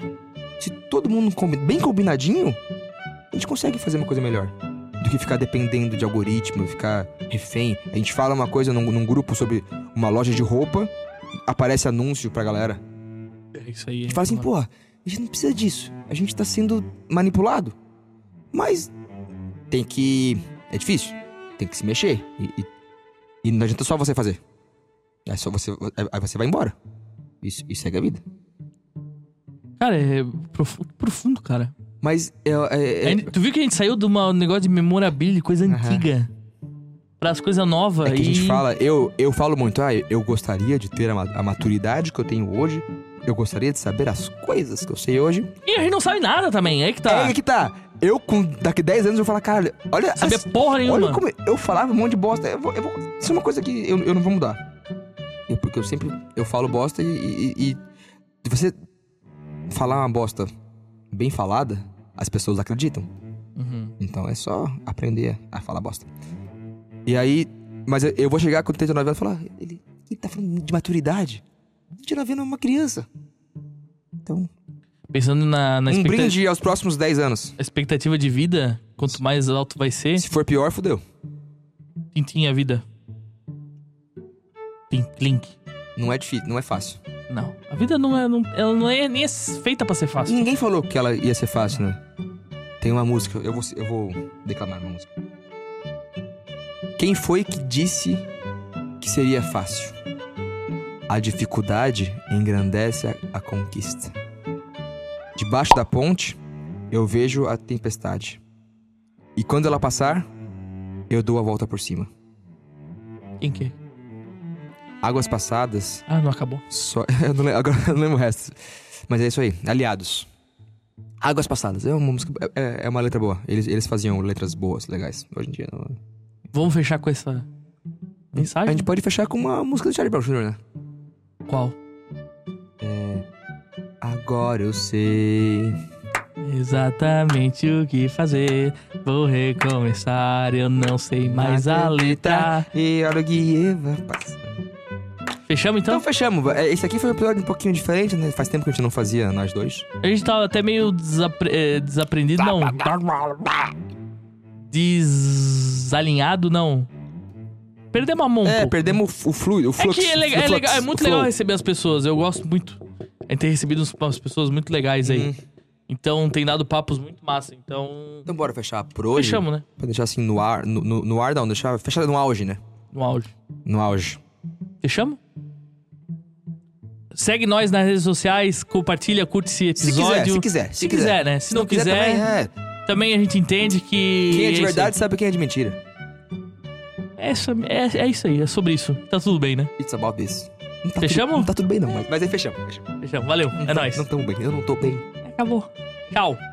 Se todo mundo combi- bem combinadinho, a gente consegue fazer uma coisa melhor do que ficar dependendo de algoritmo, ficar refém. A gente fala uma coisa num, num grupo sobre uma loja de roupa, aparece anúncio pra galera. É isso aí. A gente fala assim, porra, a gente não precisa disso. A gente tá sendo manipulado. Mas tem que. É difícil. Tem que se mexer. E, e- e não adianta só você fazer. É só você. Aí você vai embora. Isso, isso segue a vida. Cara, é profu- profundo, cara. Mas é. é- é- A gente- Tu viu que a gente saiu de uma- um negócio de memorabilia, de coisa Aham. antiga, pra as coisas novas. É que a e... gente fala, eu, eu falo muito, ah, eu- eu gostaria de ter a ma- a maturidade que eu tenho hoje, eu gostaria de saber as coisas que eu sei hoje. E a gente não sabe nada também, aí que tá. É aí que tá. Eu, com, daqui 10 anos, eu vou falar, cara, olha. Saber as- porra nenhuma. olha como eu falava um monte de bosta. Eu vou, eu vou- isso é uma coisa que eu, eu não vou mudar. Eu- porque eu sempre eu falo bosta e, e, e- e você falar uma bosta bem falada, as pessoas acreditam. Uhum. Então é só aprender a falar bosta. E aí, mas eu- eu vou chegar com 39 anos e falar, ele, ele tá falando de maturidade. 39 anos é uma criança. Então, Pensando na, na um expecta- brinde aos próximos 10 anos. expectativa de vida, quanto mais alto vai ser, Se for pior, fudeu. tintim é a vida. Plim, Plink. Não é difícil, não é fácil. Não. A vida não é. Não, ela não é nem é feita pra ser fácil. Ninguém falou que ela ia ser fácil, né? Tem uma música, eu vou, eu vou declamar uma música. Quem foi que disse que seria fácil? A dificuldade engrandece a, a conquista. Debaixo da ponte, eu vejo a tempestade. E quando ela passar, eu dou a volta por cima. Hum. Quem que é? Águas passadas, Ah, não acabou. só. <laughs> Eu não lembro, agora eu não lembro o resto. Mas é isso aí. Aliados. Águas Passadas. É uma música. É, é uma letra boa. Eles, eles faziam letras boas, legais. Hoje em dia. Não... Vamos fechar com essa A mensagem? gente pode fechar com uma música do Charlie Brown Jr., né? Qual? É, Agora eu sei. Exatamente o que fazer. Vou recomeçar, eu não sei mais a letra. Então- E olha o que Eva passa. Fechamos então? Então fechamos. É, Esse aqui foi um episódio um pouquinho diferente, né? Faz tempo que a gente não fazia, nós dois. A gente tava até meio desapre- eh, desaprendido, Tá não. Desalinhado, não. Perdemos a mão. um É, pouco. perdemos o, o fluido, o É fluxo. que é, le- o é flux, legal, é o muito flow. legal receber as pessoas. Eu gosto muito. A gente tem recebido uns- umas pessoas muito legais aí. Uhum. Então tem dado papos muito massa. Então. Então bora fechar por hoje. Fechamos, né? Pra deixar assim no ar. No, no, no ar não, deixar. Fechar no auge, né? No áudio. No auge. Fechamos? Segue nós nas redes sociais, compartilha, curte esse Se episódio. quiser, se quiser. Se quiser, né? Se, não, quiser, também, também, é. a gente entende que. Quem é de isso aí. verdade sabe quem é de mentira. É isso, é, é isso aí, é sobre isso. Tá tudo bem, né? It's about this. Não tá Fechamos? Tudo, não tá tudo bem, não, mas, mas aí fechamos. fechamos. Fechamos. Valeu, é Não tá- nóis. Não tamo bem, eu não tô bem. Acabou. Tchau.